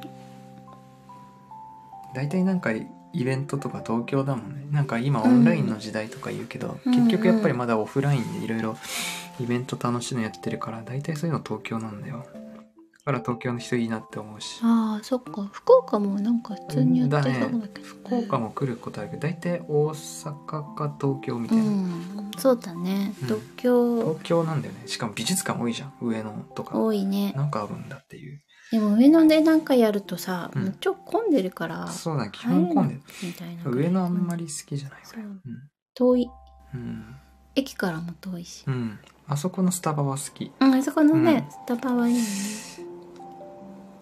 S2: 大体なんかイベントとか東京だもんねなんか今オンラインの時代とか言うけど、
S3: うん
S2: 結局やっぱりまだオフラインでいろいろイベント楽しいのやってるから大体そういうの東京なんだよだから東京の人いいなって思うし
S3: ああそっか福岡もなんか普通にやってそうだけど、
S2: 福岡も来ることあるけど大体大阪か東京みた
S3: う
S2: いな、
S3: んそうだね
S2: うん
S3: 東京
S2: 東京なんだよねしかも美術館多いじゃん上野とか
S3: 多いね
S2: なんかあるんだっていう
S3: でも上野でなんかやるとさ、
S2: うん
S3: もう超混んでるから
S2: そうだ基本混んでる
S3: みたいな
S2: 上野あんまり好きじゃない
S3: そ
S2: 俺
S3: う
S2: うん
S3: 遠い
S2: うん、
S3: 駅からも遠いし
S2: うん、あそこのスタバは好き
S3: うんあそこのね、
S2: うん
S3: スタバはいいよね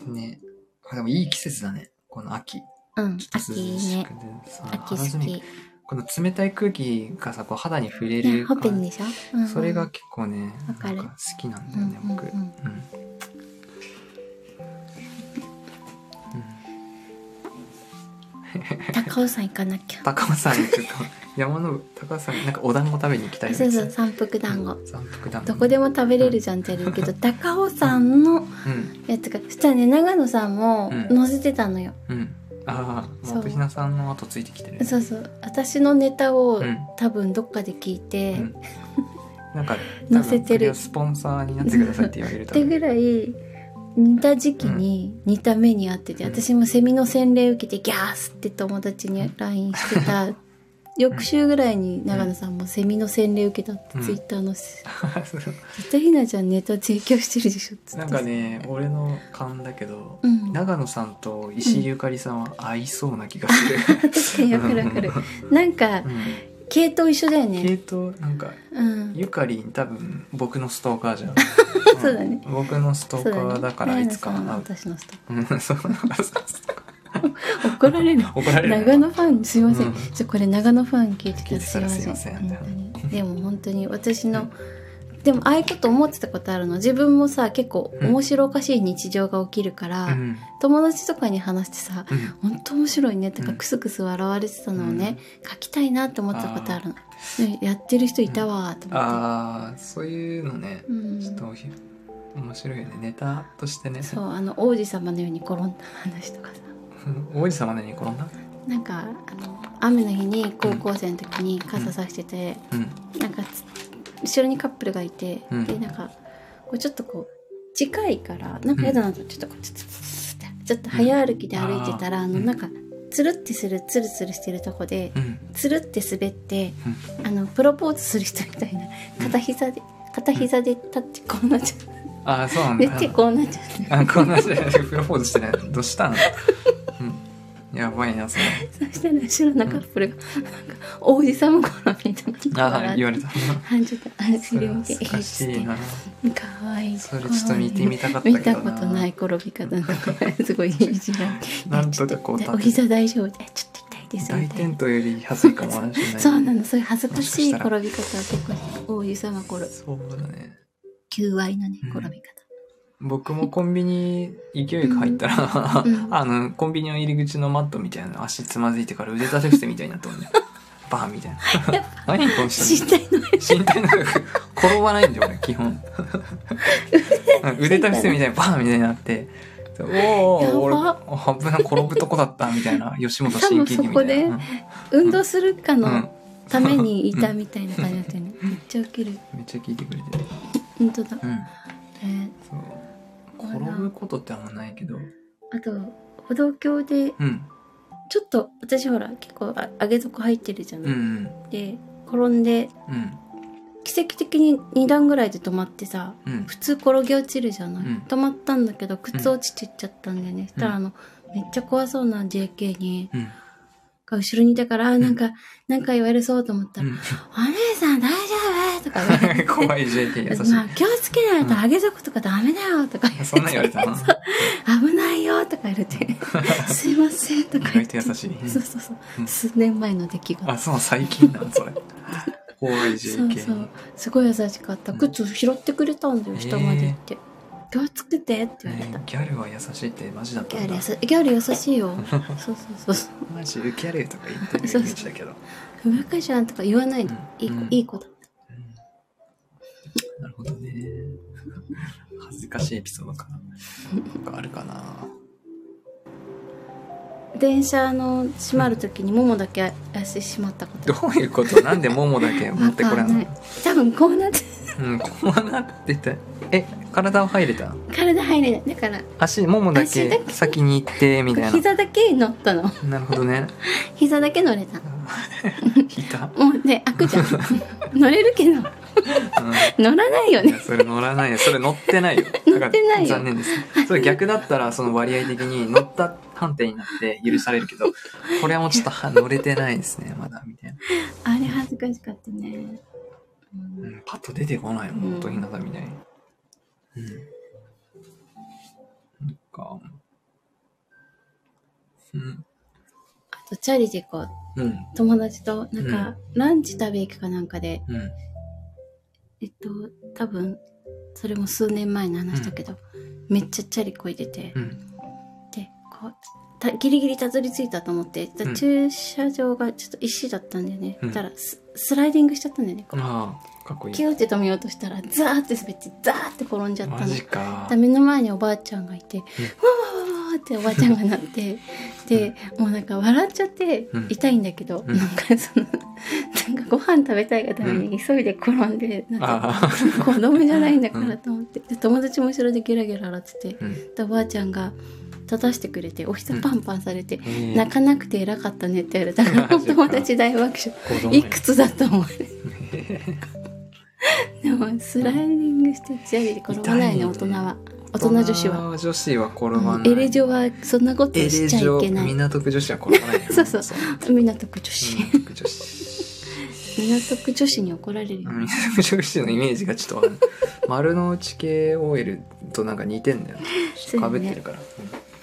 S2: ねあでもいい季節だねこの秋
S3: うん
S2: ちょっと
S3: 秋い
S2: 涼
S3: い
S2: し
S3: ね
S2: くてさ
S3: 秋
S2: 肌
S3: 好
S2: 寒い
S3: き
S2: この冷たい空気がさこう肌に触れ
S3: ね
S2: る
S3: ほっぺ
S2: 感
S3: に
S2: じ
S3: でしょ、うんうん
S2: それが結構ね
S3: わかる
S2: なんか好きなんだよね僕
S3: う
S2: うんん
S3: うんうん
S2: うん
S3: 高尾山行かな きゃ
S2: 高尾山行くか山の高尾山なんかお団子食べに行きたいよ
S3: そう
S2: ね
S3: そう三福団子、
S2: 山腹だもんね
S3: どこでも食べれるじゃんってやるけど、高尾山の
S2: うん
S3: やつがそしたらね長野さんも
S2: うん
S3: 載せてたのよ、
S2: うんああ
S3: そう
S2: 元ひなさんの後ついてきてるね
S3: そうそう私のネタを、
S2: うん
S3: 多分どっかで聞いて、
S2: うん なんか
S3: 載せてる
S2: 多分スポンサーになってくださいって言われる
S3: っ
S2: と
S3: てぐらい似た時期に似た目にあってて、
S2: うん
S3: 私もセミの洗礼受けてギャースって友達に LINE して た翌週ぐらいに長野さんもセミの洗礼受けたって
S2: うん
S3: ツイッターの、絶対ひなちゃんネタ提供してるでしょっつって
S2: なんかね俺の勘だけど
S3: うん
S2: 長野さんと石井ゆかりさんは合いそうな気がする
S3: 確かにわかるわかるなんか
S2: うん
S3: 系統一緒だよ
S2: 系
S3: ね
S2: 統なんか
S3: うん
S2: ゆかりん多分僕のストーカーじゃん
S3: そうだね
S2: ん僕のストーカーだからいつか
S3: 長野さんは
S2: 会う
S3: 私の人
S2: うんそうそうそう
S3: 怒られる
S2: 怒られるね
S3: 長野ファンすいません、
S2: うん
S3: ちょこれ長野ファン聞いてたらすいませ
S2: 聞いてた
S3: ん
S2: らすいません
S3: 本当にでも本当に私のでもああいうこと思ってたことあるの自分もさ結構面白おかしい日常が起きるから、
S2: うん
S3: 友達とかに話してさ
S2: うん
S3: 本当面白いねとか
S2: うん
S3: クスクス笑われてたのをね、書きたいなって思ってたことあるのねやってる人いたわーと思って、
S2: ああそういうのね
S3: うん
S2: ちょっとひ面白いよねネタとしてね
S3: そうあの王子様のように転んだ話とかさ
S2: 王子様のに転んだ
S3: なんかあの雨の日に高校生の時に傘さしてて、
S2: うん
S3: なんかつ後ろにカップルがいて、
S2: うん
S3: でなんかこうちょっとこう近いからなんかやだなとちょっとこうちょっとってちょっと早歩きで歩いてたら、
S2: うん
S3: あの
S2: うん
S3: なんかつるってするつるつるしてるとこで
S2: うん
S3: つるって滑って、あのプロポーズする人みたいな片膝で片膝で立ってこうなっちゃう
S2: ああそうなん
S3: 寝
S2: だ
S3: てこうなっちゃ
S2: あこんなじプロポーズしてないどうしたの、うん、やばいなそれ
S3: うそしたら後ろのカップルが、なんか王子様頃みたいな
S2: ああ言われた
S3: あちょっとあ
S2: そ
S3: それ
S2: れ
S3: 見
S2: は
S3: ていい
S2: 難
S3: っつっ
S2: していな
S3: 可愛い
S2: それちょっと見てみたかったけど
S3: 見
S2: な
S3: たことない転び方だからすごいいいじゃん。
S2: なんとかこう
S3: ちょ
S2: 立て
S3: っとお膝大丈夫でえちょっと痛いです
S2: 大
S3: みた
S2: 転
S3: いな。
S2: 倒より恥ずいかもしれないね
S3: そうなのそういう恥ずかしい
S2: もしかした
S3: 転
S2: ら
S3: び方は結構おゆさま転
S2: そうだね
S3: 求愛のね
S2: うん
S3: 転び方。
S2: 僕もコンビニ勢いよく入ったら、
S3: うんうん
S2: あのコンビニの入り口のマットみたいなの足つまずいてから腕立て伏せみたいになったもんねバーンみたいな何この人
S3: 身体の
S2: 身体能力転ばないんだよ俺基 本うん腕立て伏せみたいにバーンみたいになってお
S3: やば
S2: お俺危な転ぶとこだったみたいな吉本新喜劇みたいな
S3: 運動するか
S2: うんうん
S3: のためにいたみたいな感じだったよねめっちゃウケる
S2: めっちゃ聞いてくれてる
S3: 本当だ、
S2: うん
S3: えー
S2: そう転ぶことってあんまないけど
S3: あと歩道橋で
S2: うん
S3: ちょっと私ほら結構あ上げ底入ってるじゃ
S2: う
S3: ない、
S2: ん
S3: で転んで
S2: うん
S3: 奇跡的に2段ぐらいで止まってさ
S2: うん
S3: 普通転げ落ちるじゃない、
S2: うん
S3: 止まったんだけど靴落ちてっちゃったんだよね、そしたらあのめっちゃ怖そうな JK に
S2: うん
S3: が後ろにいたからあーなんか、なんか言われそうと思った
S2: う
S3: ら
S2: ん
S3: 「お姉さん大丈夫?」とか言われて
S2: 怖い JK 優し
S3: まあ、気をつけないと上げ底とかダメだよとか言
S2: いそんなん言われたな
S3: 危ないよとか言わ れて「すいません」とか言って
S2: 意外と優しい
S3: そうそうそう、
S2: うん
S3: 数年前の出来事
S2: あそう最近なんそれ怖い
S3: そうそ
S2: JK
S3: うすごい優しかった
S2: うん
S3: 靴拾ってくれたんだよ、
S2: へー
S3: 下まで行って「気をつけて」って言われ
S2: ね
S3: た、
S2: ギャルは優しいってマジだっ
S3: ギ
S2: た
S3: ャ
S2: ん
S3: ル
S2: だ
S3: 優しギャル優し いよそうそうそう
S2: マジギャルとか言ってるイメージだけど
S3: ふみかちゃんとか言わないの、
S2: うん
S3: いい子
S2: うん
S3: いい子だ
S2: うんなるほどね。 恥ずかしいエピソードかな。なんかあるかな。
S3: 電車の閉まる時にももだけ足閉まったこと
S2: どういうことなんでももだけ持ってこれん
S3: わかんない
S2: の
S3: 多分こうなって
S2: うん、こうなってて。え、体は入れた
S3: 体入れないだから
S2: 足、ももだ
S3: 足だ
S2: け
S3: け
S2: 先に行って、みたいな。
S3: 膝だけ乗ったの
S2: なるほどね。
S3: 膝だけ乗れた
S2: ひた。
S3: もうね開く じゃん乗れるけど
S2: う
S3: 乗らないよ
S2: ん。いや、
S3: ね
S2: それ乗らないよ。それ乗ってないよ。
S3: 乗ってないよ
S2: だから残念です。それ逆だったら、その割合的に乗った判定になって許されるけど、これはもうちょっとは乗れてないですね、まだ、みたいな。
S3: あれ恥ずかしかったね、うん
S2: うん、パッと出てこないもん、音ひなたみたいに。うん。なんか、うん。
S3: あとチャリでこう
S2: うん。
S3: 友達となんか、ランチ食べ行くかなんかで
S2: うん。
S3: えっと多分それも数年前の話だけど、めっちゃチャリこいでて、
S2: うん。
S3: でこうたギリギリたどり着いたと思って、
S2: うん
S3: 駐車場がちょっと石だったんだよね、
S2: うん
S3: そしたらススライディングしちゃったんだよねこう
S2: ああ、かっこい
S3: キ
S2: い。
S3: ューって止めようとしたらザーって滑ってザーって転んじゃった
S2: マ
S3: の
S2: ジか
S3: だ。目の前におばあちゃんがいて、わわわわわっておばあちゃんがなって、で、もうなんか笑っちゃって
S2: うん、
S3: 痛いんだけど、
S2: うん
S3: なんかその、なんかご飯食べたいがために急いで転んで、なんか、
S2: あ あ。
S3: 子供じゃないんだか
S2: うん
S3: らと思って、で友達も後ろでゲラゲラ笑ってて、
S2: うん。
S3: でおばあちゃんが立たしてくれて、お膝パンパンされて、
S2: え
S3: 泣かなくて偉かったねって言わ れたから、
S2: マジか
S3: 友達大爆笑。
S2: 子供
S3: いくつだ と思われるでもスライディングしてチャリで転ばないね
S2: 痛いよね
S3: 大人は大人女子は。
S2: 女子は転ば
S3: う
S2: なんい。
S3: エレジョはそんなこと
S2: エ
S3: し
S2: レ
S3: ちゃ
S2: ジ
S3: い
S2: ョ
S3: けない
S2: 港区女子は転ばないよ。
S3: そうそう
S2: そ
S3: 港区女子
S2: 港区女子。
S3: 港区女子に怒られるよ、
S2: うん港区女子のイメージがちょっとわかんない丸の内系 OL となんか似てん だよね。ちょっと被ってるから。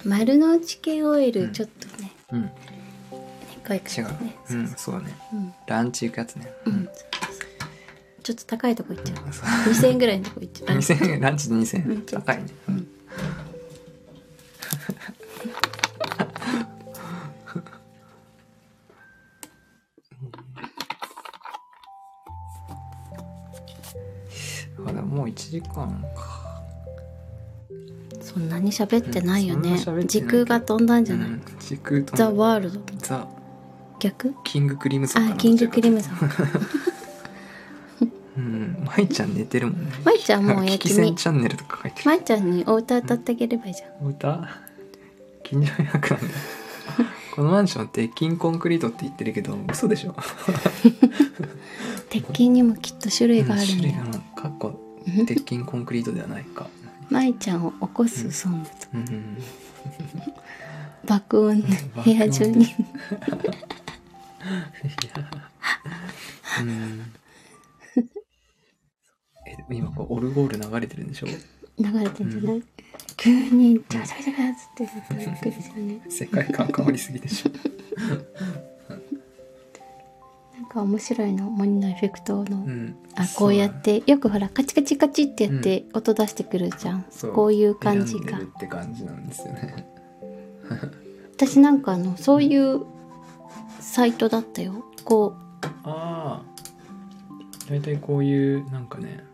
S3: 丸の内系
S2: う
S3: OL
S2: ん
S3: ちょっとね、
S2: うん。うん
S3: 声かけ
S2: 違
S3: て
S2: う
S3: ね。
S2: う、
S3: そうんそ
S2: そうだね。
S3: ううん
S2: ランチ行くやつね。
S3: うんそうそうちょっと高いとこ行っちゃう
S2: そう
S3: 2000円ぐらいのとこ行っちゃう
S2: 2000円、ラ ンチで2000
S3: う
S2: 円。
S3: ん
S2: 高いね。うん あでももう1時間か。
S3: そんなに喋ってないよ
S2: うん
S3: ね
S2: そんな喋ってない
S3: 時空が飛んだんじゃない、
S2: うん時空と
S3: ザ・ワールド
S2: ザ・
S3: 逆
S2: キングクリムゾンか
S3: あ
S2: な
S3: キングクリム さん
S2: うん、まいちゃん寝てるもんね。
S3: まいちゃんもう
S2: 聞
S3: や
S2: き
S3: き
S2: 戦
S3: に
S2: チャンネルとか書いてる。
S3: まいちゃんにお歌歌ってあげればいいじゃん
S2: 歌近所迷惑なんだこのマンション鉄筋コンクリートって言ってるけど嘘でしょ
S3: 鉄筋にもきっと種類があるん
S2: 種類
S3: だよ
S2: がないかっこ
S3: うん
S2: 鉄筋コンクリートではないか
S3: まいちゃんを起こす存在
S2: うんうん
S3: 爆音で
S2: 爆音
S3: 部屋中に
S2: うんえでも今こうオルゴール流れてるんでしょ
S3: 流れてるんじゃない、急に「ジャジャジャジャ」っつってなったらびっくりするね
S2: 世界観変わりすぎでしょ
S3: なんか面白いのモニのエフェクト
S2: う
S3: の、
S2: ん
S3: あこうやってよくほらカチカチカチってやって音出してくるじゃん、こういう感じ
S2: 選
S3: か
S2: んでるって感じなんですよね
S3: 私なんかあのそういうサイトだったよこ
S2: ああ大体こういうなんかね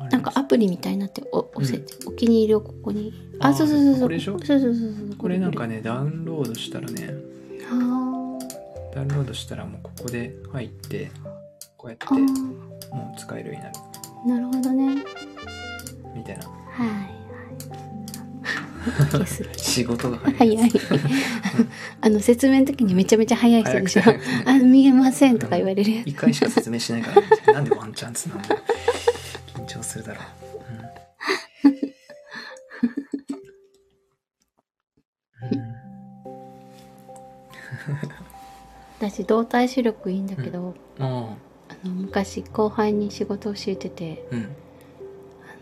S3: うなんかアプリみたいになってお押せて、お気に入りをここにあ
S2: あー
S3: そうそうそうそ
S2: こ
S3: う
S2: れでしょ
S3: そうそうそうそう
S2: これなんかねダウンロードしたらね
S3: あー
S2: ダウンロードしたらもうここで入ってこうやって
S3: あ
S2: もう
S3: ー
S2: 使えるようになる
S3: なるほどね
S2: みたいな
S3: はい はい消す
S2: 仕事が
S3: 早いあの説明の時にめちゃめちゃ早い人
S2: 早
S3: で
S2: く
S3: しょ
S2: て早くて
S3: あ見えませんとか言われるやつ
S2: 一回しか説明しないから、ね、なんでワンチャンつなんだよ緊張するだろう、うんうん
S3: 私動体視力いいんだけど、
S2: あ
S3: あの昔後輩に仕事を教えてて
S2: あうん
S3: あ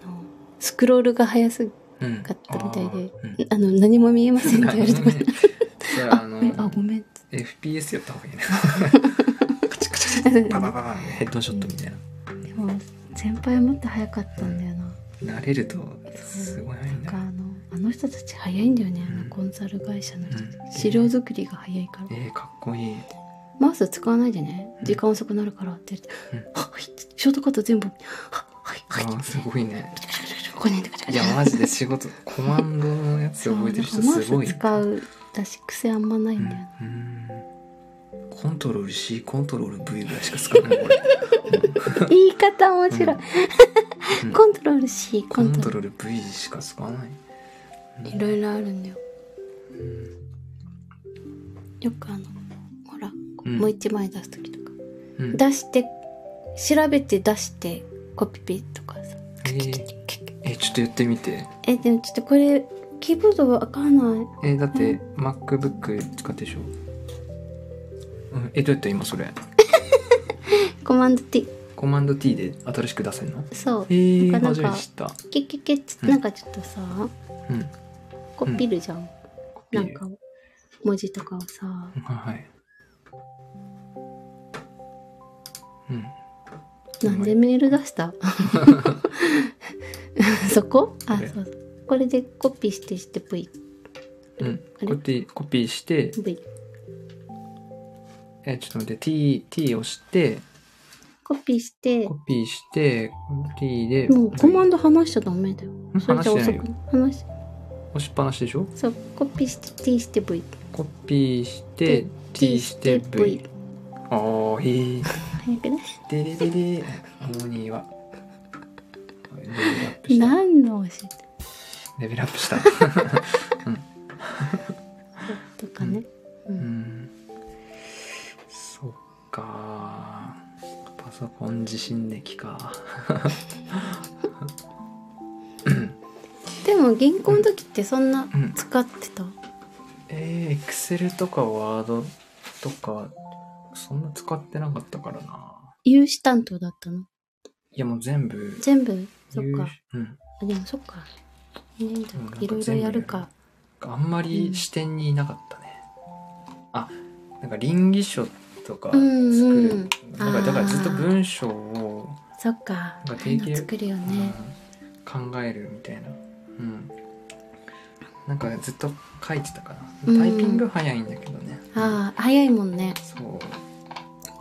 S3: のスクロールが早す
S2: うん
S3: かったみたいで
S2: ああうん
S3: あの何も見えませんって言われてまし
S2: それ
S3: た
S2: は
S3: あ
S2: あ
S3: ご
S2: の
S3: めんあごめんっつっ
S2: FPS やった方がいいね
S3: て
S2: ババババンヘッドショットみたいな
S3: でも先輩もっと早かったんだよな
S2: 慣れるとすごい早いん
S3: な
S2: だ
S3: んかあのあの人たち早いんだよねあ
S2: う
S3: の
S2: ん
S3: コンサル会社の人たち
S2: うん
S3: 資料作りが早いから
S2: えー、かっこいい
S3: マウス使わないでね時間遅くなるからって言って
S2: うん
S3: 「ははい」ショートカット全部「ははい
S2: あ
S3: はい」って
S2: ーすごいね
S3: こねんでガチ
S2: い
S3: ャガチャ
S2: やマジで仕 事コマンドのやつ
S3: そう
S2: 覚えてる人
S3: なんか
S2: すごい
S3: マウス使うだし癖あんまないんだよな、
S2: うんうんコントロール C コントロール V ぐらいしか使わないこれ
S3: 言い方面白い、
S2: うん
S3: コントロール C コ
S2: コン
S3: ント
S2: ト
S3: ロ
S2: ロール V しか使わない
S3: ールいろいろあるんだよよくあのほら、
S2: うん
S3: もう一枚出す時とか
S2: うん
S3: 出して調べて出してコピペとかさ
S2: えーえちょっとやってみて
S3: えでもちょっとこれキーボードわかんない
S2: えだって MacBook 使ってるでしょうんえどうやった今それ
S3: コマンド T
S2: コマンド T で新しく出せるの
S3: そう
S2: えー、
S3: なんかな
S2: 初
S3: ん
S2: め
S3: か
S2: て知った
S3: キキキッつってなんかちょっとさ、
S2: うん
S3: コピるじゃん、
S2: ピ
S3: な
S2: る
S3: んか文字とかをさ
S2: はいはいうん
S3: なんでメール出した そこあ
S2: これ
S3: そうこれでコピーしてしてぷい
S2: うん、こ
S3: あれ
S2: うやってコピーして、
S3: ぷい
S2: えちょっと待って T, T 押して
S3: コピーして
S2: コピーして、T で、
S3: もうコマン
S2: ド
S3: ド離しちゃダメだよそれ
S2: 話
S3: じゃ
S2: してない
S3: 遅
S2: よ
S3: く。話し
S2: 押しっぱなしでしょ
S3: そうコピーして T してぷい
S2: コピーして、T して、V。あー、へー。
S3: 早くね
S2: でれれれ、モーニーは。レベルアップした。
S3: 何の教え
S2: レベルアップした。
S3: てとかね、う
S2: うんん。そっかー。パソコン地震歴か。
S3: でも銀行の時ってそんな
S2: うん
S3: 使ってた、
S2: えー、Excel とかワードとか、そんな使ってなかったからな。
S3: 有志担当だったの
S2: いやもう全部、
S3: 全部そっ
S2: 有
S3: か
S2: うん。
S3: あでもそっかねじゃ
S2: うんなんか
S3: あいろいろやるか
S2: あんまり視点にいなかったね、あなんか倫理書とか作る、
S3: うんうん
S2: なん
S3: あ
S2: か
S3: ー
S2: だからずっと文章を、
S3: そっか
S2: なんか
S3: ああい
S2: 定型
S3: うの作るよね、
S2: うん考えるみたいなうんなんかずっと書いてたか
S3: うん
S2: なタイピング早いんだけどね、
S3: ああ早いもんね
S2: そうな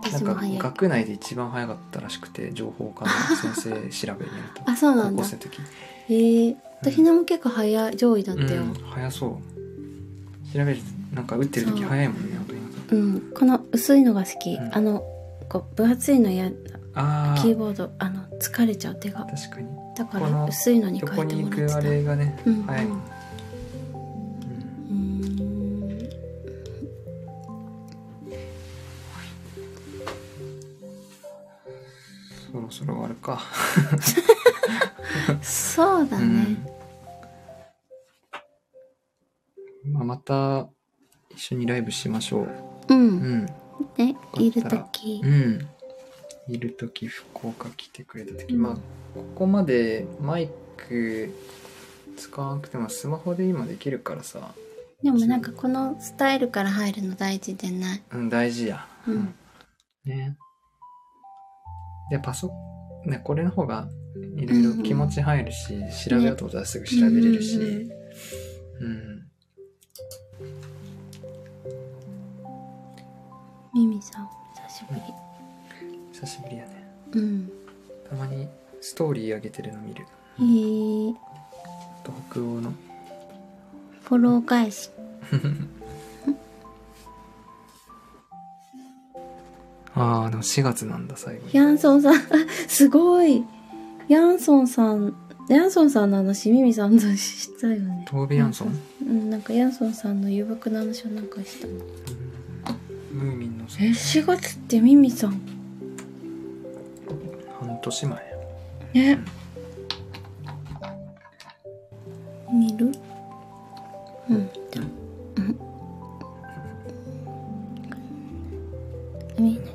S3: 私
S2: ん
S3: も
S2: か
S3: 早い
S2: 学内で一番早かったらしくて情報科の先生調べによると
S3: あそうな
S2: 高
S3: んだ
S2: 校生の時
S3: えー、ひなも結構早い上位だったよ
S2: うん、早そう調べるなんか打ってる時早いもんね本当に
S3: うん、この薄いのが好き、
S2: うん
S3: あのこう分厚いのや
S2: ああ
S3: キーボードあの疲れちゃう手が
S2: 確かに
S3: だか
S2: こ
S3: ら
S2: の
S3: 薄いのに変
S2: 横
S3: えて
S2: に行
S3: も
S2: く
S3: ら
S2: あ
S3: ってたう
S2: れがね、
S3: うん
S2: 早いもん、
S3: ーん
S2: そろそろ終わるか、
S3: そうだね、
S2: うんまあ、また一緒にライブしましょ
S3: うん、
S2: ううん
S3: ね
S2: たら
S3: いる時
S2: うんいる時福岡来てくれた時、
S3: うん
S2: まあここまでマイク使わなくてもスマホで今できるからさ
S3: でもなんかこのスタイルから入るの大事でない
S2: うん大事や
S3: うん
S2: ね。で、パソ、ね、これの方がいろいろ気持ち入るし、調べようと思ったらすぐ調べれるし、
S3: うんうん
S2: うん。
S3: ミミさん久しぶ
S2: 久しぶりやね。
S3: りうん
S2: たまにストーリー上げてるの見る。
S3: えー、
S2: あと北欧の。
S3: フォロー返し
S2: あああ、でも4月なんだ、最後に。
S3: ヤンソンさん、すごい。ヤンソンさん、ヤンソンさんの話、ミミさんとしたよね。
S2: トービー・ヤンソン
S3: うん、なんかヤンソンさんの誘惑の話をなんかした。
S2: ムーミンのさ
S3: え、4月ってミミさん。
S2: 半年前。
S3: ね。見るうん、じゃあうん。 見えない。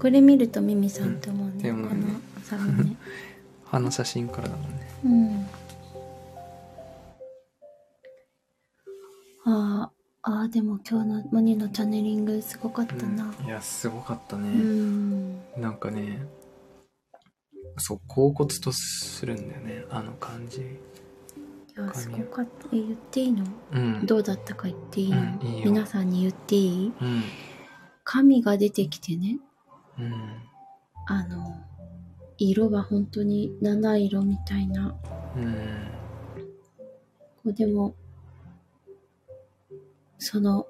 S3: これ見るとミミさんって思うね。
S2: うんって思う
S3: こ
S2: ね
S3: のサムネ。
S2: あの写真からだもんね。
S3: うん。ああ、ああ、でも今日のマニのチャネリングすごかったな。
S2: うんいや、すごかった
S3: う
S2: ね。
S3: ん。
S2: なんかね、そう、恍惚とするんだよね、あの感じ。
S3: いや、すごかった。え、言っていいの
S2: うん。
S3: どうだったか言っていいの、
S2: うんいいよ
S3: 皆さんに言っていい
S2: うん。
S3: 神が出てきてね、
S2: うん。
S3: あの、色は本当に七色みたいな。
S2: うん。
S3: こうでも、その、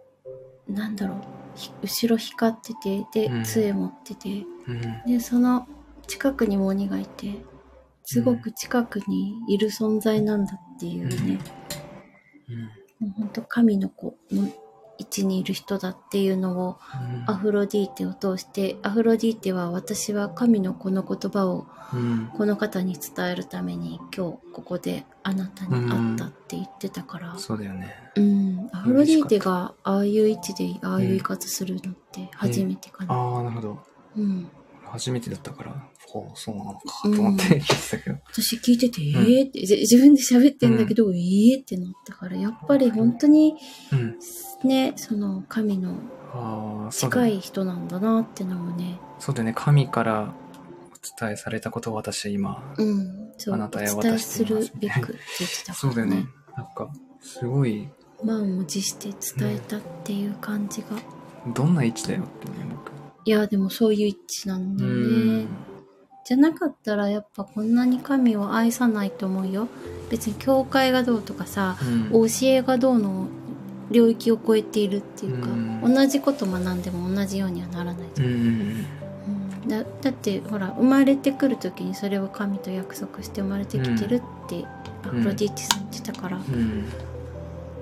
S3: なんだろう、ひ後ろ光ってて、で、
S2: うん
S3: 杖持ってて、
S2: うん。
S3: でその近くにも鬼がいてすごく近くにいる存在なんだっていうね、
S2: うん。
S3: もうほんと神の子の位置にいる人だっていうのをアフロディーテを通してアフロディーテは私は神の子の言葉を
S2: うん。
S3: この方に伝えるために今日ここであなたに会ったって言ってたから、
S2: そうだよね。
S3: うんアフロディーテがああいう位置でああいう言い方するのって初めてかな、
S2: ああ、なるほど。
S3: うん、
S2: 初めてだったから、ほう、そうなのか、と思って聞いてたけど。
S3: 私聞いてて、えーって、ぜ自分で喋ってんだけど、えーってなったから、やっぱり本当に
S2: うん。
S3: ね、その神の
S2: ああ、そうだ
S3: 近
S2: ね
S3: い人なんだなってのもね、
S2: そうだよね。神からお伝えされたことを私は今、
S3: うん、そう、
S2: あなたへ
S3: お
S2: 渡
S3: 伝え
S2: して
S3: す
S2: います
S3: るべくって言ってたか
S2: そう
S3: ら
S2: だよ
S3: ね
S2: ね。。なんか、すごい、
S3: 満を持して伝えたっていう感じが。
S2: どんな位置だよってね、僕。
S3: いや、でもそういう一致なんだよ
S2: う
S3: ね。じゃなかったらやっぱこんなに神を愛さないと思うよ。別に教会がどうとかさ、
S2: ん。
S3: 教えがどうの領域を超えているっていうか、
S2: うん
S3: 同じこと学んでも同じようにはならないじ
S2: う
S3: ゃ
S2: ん
S3: ん、
S2: うん
S3: うんだだってほら生まれてくる時にそれを神と約束して生まれてきてるってアフロディーティさん言ってたから、
S2: うん。うん。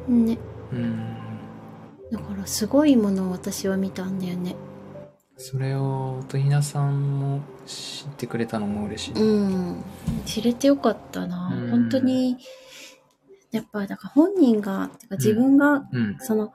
S3: ね
S2: うん。
S3: だからすごいものを私は見たんだよね
S2: それを、とひなさんも知ってくれたのも嬉しい。
S3: うん知れてよかったな、
S2: うん
S3: 本当にやっぱだから本人がてか自分が
S2: うん。
S3: その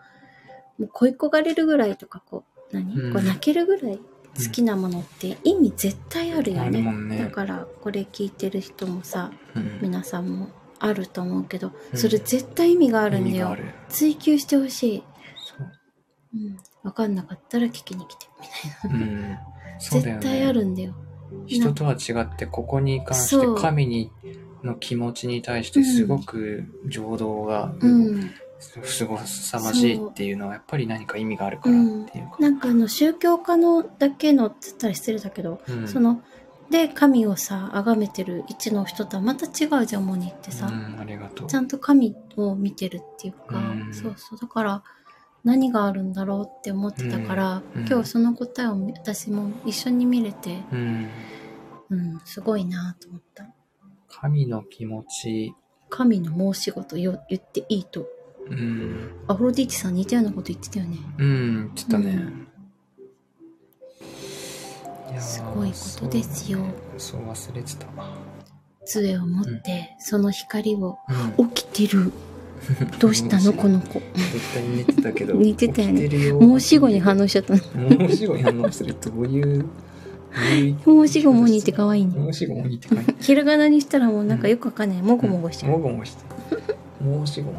S3: もう恋焦がれるぐらいとかこう何、
S2: うん
S3: こう泣けるぐらい好きなものって意味絶対あるよ
S2: あ
S3: ね,、
S2: るもんね
S3: だからこれ聞いてる人もさ
S2: うん。
S3: 皆さんもあると思うけど、
S2: うん
S3: それ絶対意味があるん
S2: 意
S3: だ
S2: 味が
S3: よ
S2: ある。
S3: 追求してほしい、
S2: そう
S3: うん、分かんなかったら聞きに来てみたいな、
S2: うん。そうだよ
S3: 絶
S2: ね。
S3: 対あるんだよ
S2: 人とは違ってここに関し
S3: そう
S2: て神にの気持ちに対してすごく情動が
S3: うん、
S2: すごさまじいっていうのはやっぱり何か意味があるからっていうか。
S3: なんかあの宗教家のだけのって言ったら失礼だけど、
S2: うん
S3: そので神をさ崇めてる一の人とはまた違うじゃんモニってさ、
S2: うん、ありがとう
S3: ち。ゃんと神を見てるっていうか、
S2: うん
S3: そうそうだから何があるんだろうって思ってたから、
S2: うんうん
S3: 今日その答えを見私も一緒に見れて、
S2: うん、
S3: うん、すごいなと思った
S2: 神の気持ち、
S3: 神の申し子とよ言っていいと
S2: うん、
S3: アフロディーティさん似たようなこと言ってたよね
S2: うん、ちょっとね。
S3: うん
S2: いやー
S3: すごいことですよ
S2: そう,、そう忘れてた。
S3: 杖を持って、その光を
S2: うん
S3: 起き てるどうしたのこの子
S2: 絶対似てた けど。
S3: 似てたよね
S2: 起きるよ
S3: 申し子に反応しちゃった
S2: 面白い反応するとどういう。
S3: 申し子も似て可愛いね
S2: 面白いもにって感じ。
S3: ひらがなにしたらもうなんかよくわかんないもごもごしてる
S2: もごもごして。面白い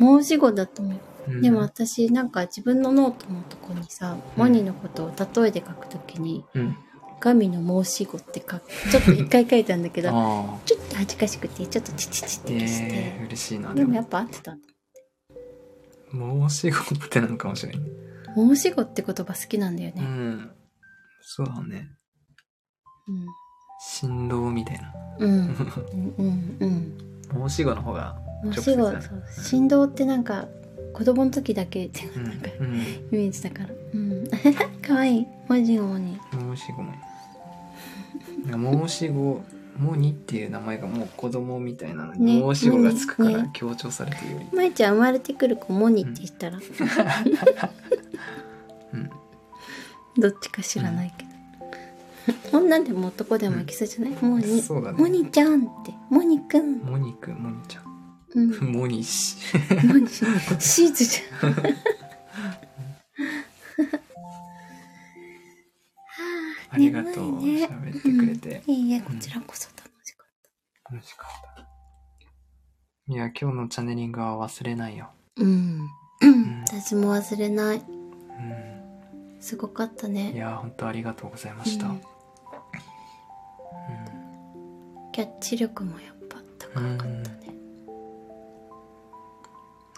S2: も
S3: 申し子だと思う
S2: に。
S3: でも私なんか自分のノートのとこにさ、モニのことを例えで書くときに
S2: うん。
S3: 「神の申し子」って書くちょっと一回書いたんだけど
S2: ああ。
S3: ちょっと恥ずかしくてちょっとチチチって消して、
S2: ええー、嬉しいな。
S3: で
S2: で
S3: もやっ
S2: も、
S3: ぱ合ってた
S2: 申し子ってなんかもしれない。
S3: 申し子って言葉好きなんだよ
S2: う
S3: ね、
S2: ん。そうだね。
S3: うん、
S2: 振動みたいな。
S3: うんうんうん
S2: 申し子の方が。
S3: 申し子
S2: 直接
S3: そう振動ってなんか子供の時だけっていう
S2: うん
S3: なんか
S2: うん
S3: イメージだからうん かわいい文字をに
S2: 申し子もなんか申し子もにっていう名前がもう子供みたいなのに、申
S3: ね
S2: し子がつくか
S3: もに
S2: ら
S3: ね
S2: 強調されてるように、
S3: まいちゃん生まれてくる子モニって言ったら、
S2: うん、
S3: どっちか知らないけど女でも男でもいきそうじゃない、モニ
S2: そうだね
S3: モニちゃんってモニくん
S2: モニクモニちゃん
S3: うん
S2: モニシ
S3: モニシーズじゃん はあ
S2: ありがとう
S3: 眠いね
S2: 喋ってくれて
S3: うんいいえこちらこそ楽しかっ
S2: 楽しかったいや今日のチャネリングは忘れないよ、
S3: たうん、
S2: ん
S3: 私も忘れない
S2: うん、
S3: すごかった
S2: い
S3: ね
S2: や本当ありがとうございました、
S3: う
S2: うん
S3: キャッチ力もやっぱ高かったね、
S2: ん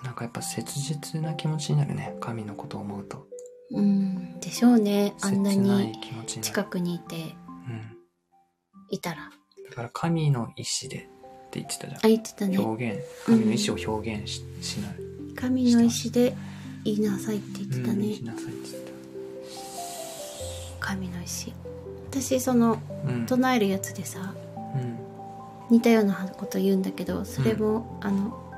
S2: なんかやっぱ切実な気持ちになるね神のことを思うと
S3: うん、でしょうねあ
S2: 切
S3: んな
S2: ない
S3: に
S2: 気持ちにな
S3: 近
S2: る、
S3: くにいて
S2: うん、
S3: いたら
S2: だから神の意志でって言ってたじゃ
S3: あ言ってたね
S2: ん表現神の意志を表現し,、しない、
S3: 神の意志で言いなさいって言ってた
S2: う
S3: ね、
S2: んしなさいって言って
S3: 神の意志私その
S2: たうん
S3: 唱えるやつでさ
S2: うん
S3: 似たようなこと言うんだけどそれも、あの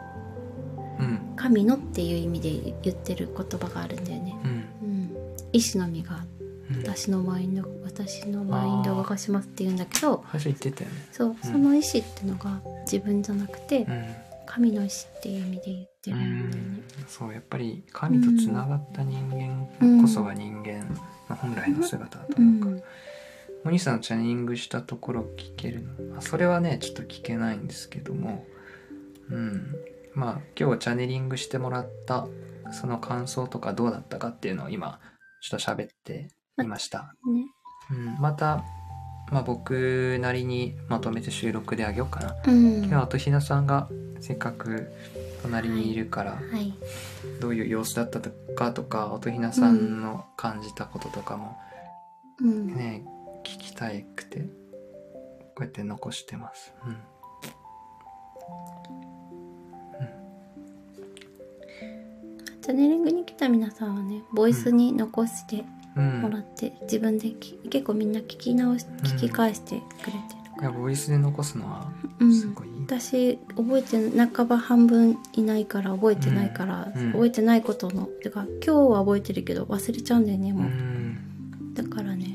S2: うん
S3: 神のっていう意味で言ってる言葉があるんだよね、
S2: うん
S3: うん、意志の実が
S2: うん
S3: 私のマインド私のマインドを動かしますって言うんだけど
S2: 最初言ってたよね
S3: そうその意志ってのが自分じゃなくて、
S2: うん
S3: 神の意志っていう意味で言って
S2: う
S3: るんだよ
S2: ん
S3: ね、
S2: そうやっぱり神とつながった人間こそが人間の本来の姿だと
S3: う
S2: 思うから、
S3: ん
S2: お兄さんのチャニングしたところ聞けるのあそれはねちょっと聞けないんですけどもうんまあ今日チャネリングしてもらったその感想とかどうだったかっていうのを今ちょっと喋っていました、
S3: ね
S2: うん、また、まあ、僕なりにまとめて収録であげようかな
S3: うん
S2: 今日はとひなさんがせっかく隣にいるから、
S3: はい
S2: どういう様子だったかとか乙ひなさんの感じたこととかも
S3: うん、
S2: ね、聞きたいくてこうやって残してます、うん
S3: チャネリングに来た皆さんはねボイスに残して
S2: うん
S3: もらって、自分でき結構みんな聞き直し聞き返してくれてる
S2: いやボイスで残すのは
S3: うん、
S2: すごいいい、
S3: 私覚えてな半ば半分いないから覚えてないから、
S2: うんうん
S3: 覚えてないことのてか今日は覚えてるけど忘れちゃうんだよね
S2: う
S3: もう、
S2: ん
S3: だからね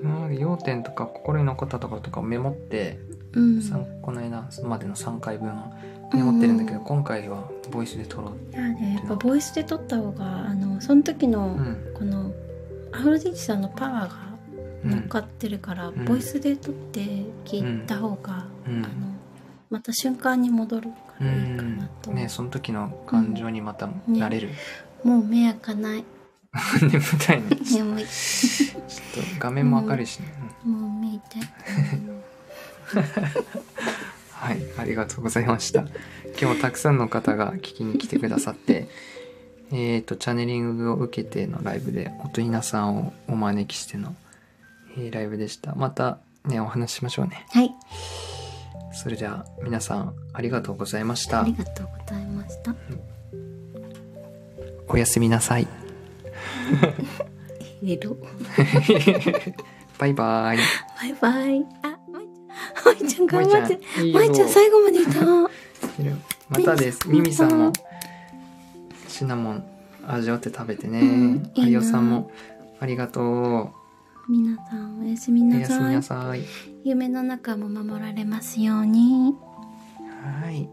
S2: 今まで要点とか心に残ったところとかをメモって、
S3: うん
S2: さんこの間までの3回分はメモってるんだけど、今回はボイスで撮ろう、
S3: いやねやっぱボイスで撮った方があのその時
S2: う
S3: の
S2: ん
S3: このアフロディーテさんのパワーが
S2: うん
S3: 乗っかってるから、
S2: ん
S3: ボイスで撮って聞いた方が、
S2: うん
S3: あのまた瞬間に戻るからいいかなと、
S2: うんねその時の感情にまたなれる、
S3: もう目開かない
S2: 眠たいねちょっ
S3: 眠い
S2: と画面も明るいしね、うん
S3: もう 目痛い
S2: はい、ありがとうございました。今日もたくさんの方が聞きに来てくださって、 えっと、チャネリングを受けてのライブで、音ひなさんをお招きしての、えーライブでした。またね、お話ししましょうね。
S3: はい
S2: それでは、皆さんありがとうございまし
S3: あ
S2: た
S3: り。がとうございました
S2: おやすみなさい。
S3: エロ
S2: バイバイ。
S3: バイバイあまいちゃんまいちゃん頑張って
S2: まいちゃんいいよ
S3: まいちゃん最後までいた
S2: またです。ミミさんも、シナモン味わって食べて
S3: うん
S2: ね。
S3: いいな
S2: アリオさんも、ありがと
S3: 皆さんおやすみ
S2: う。お
S3: な
S2: やすみ
S3: さい
S2: なさい。
S3: 夢の中も守られますように
S2: はい。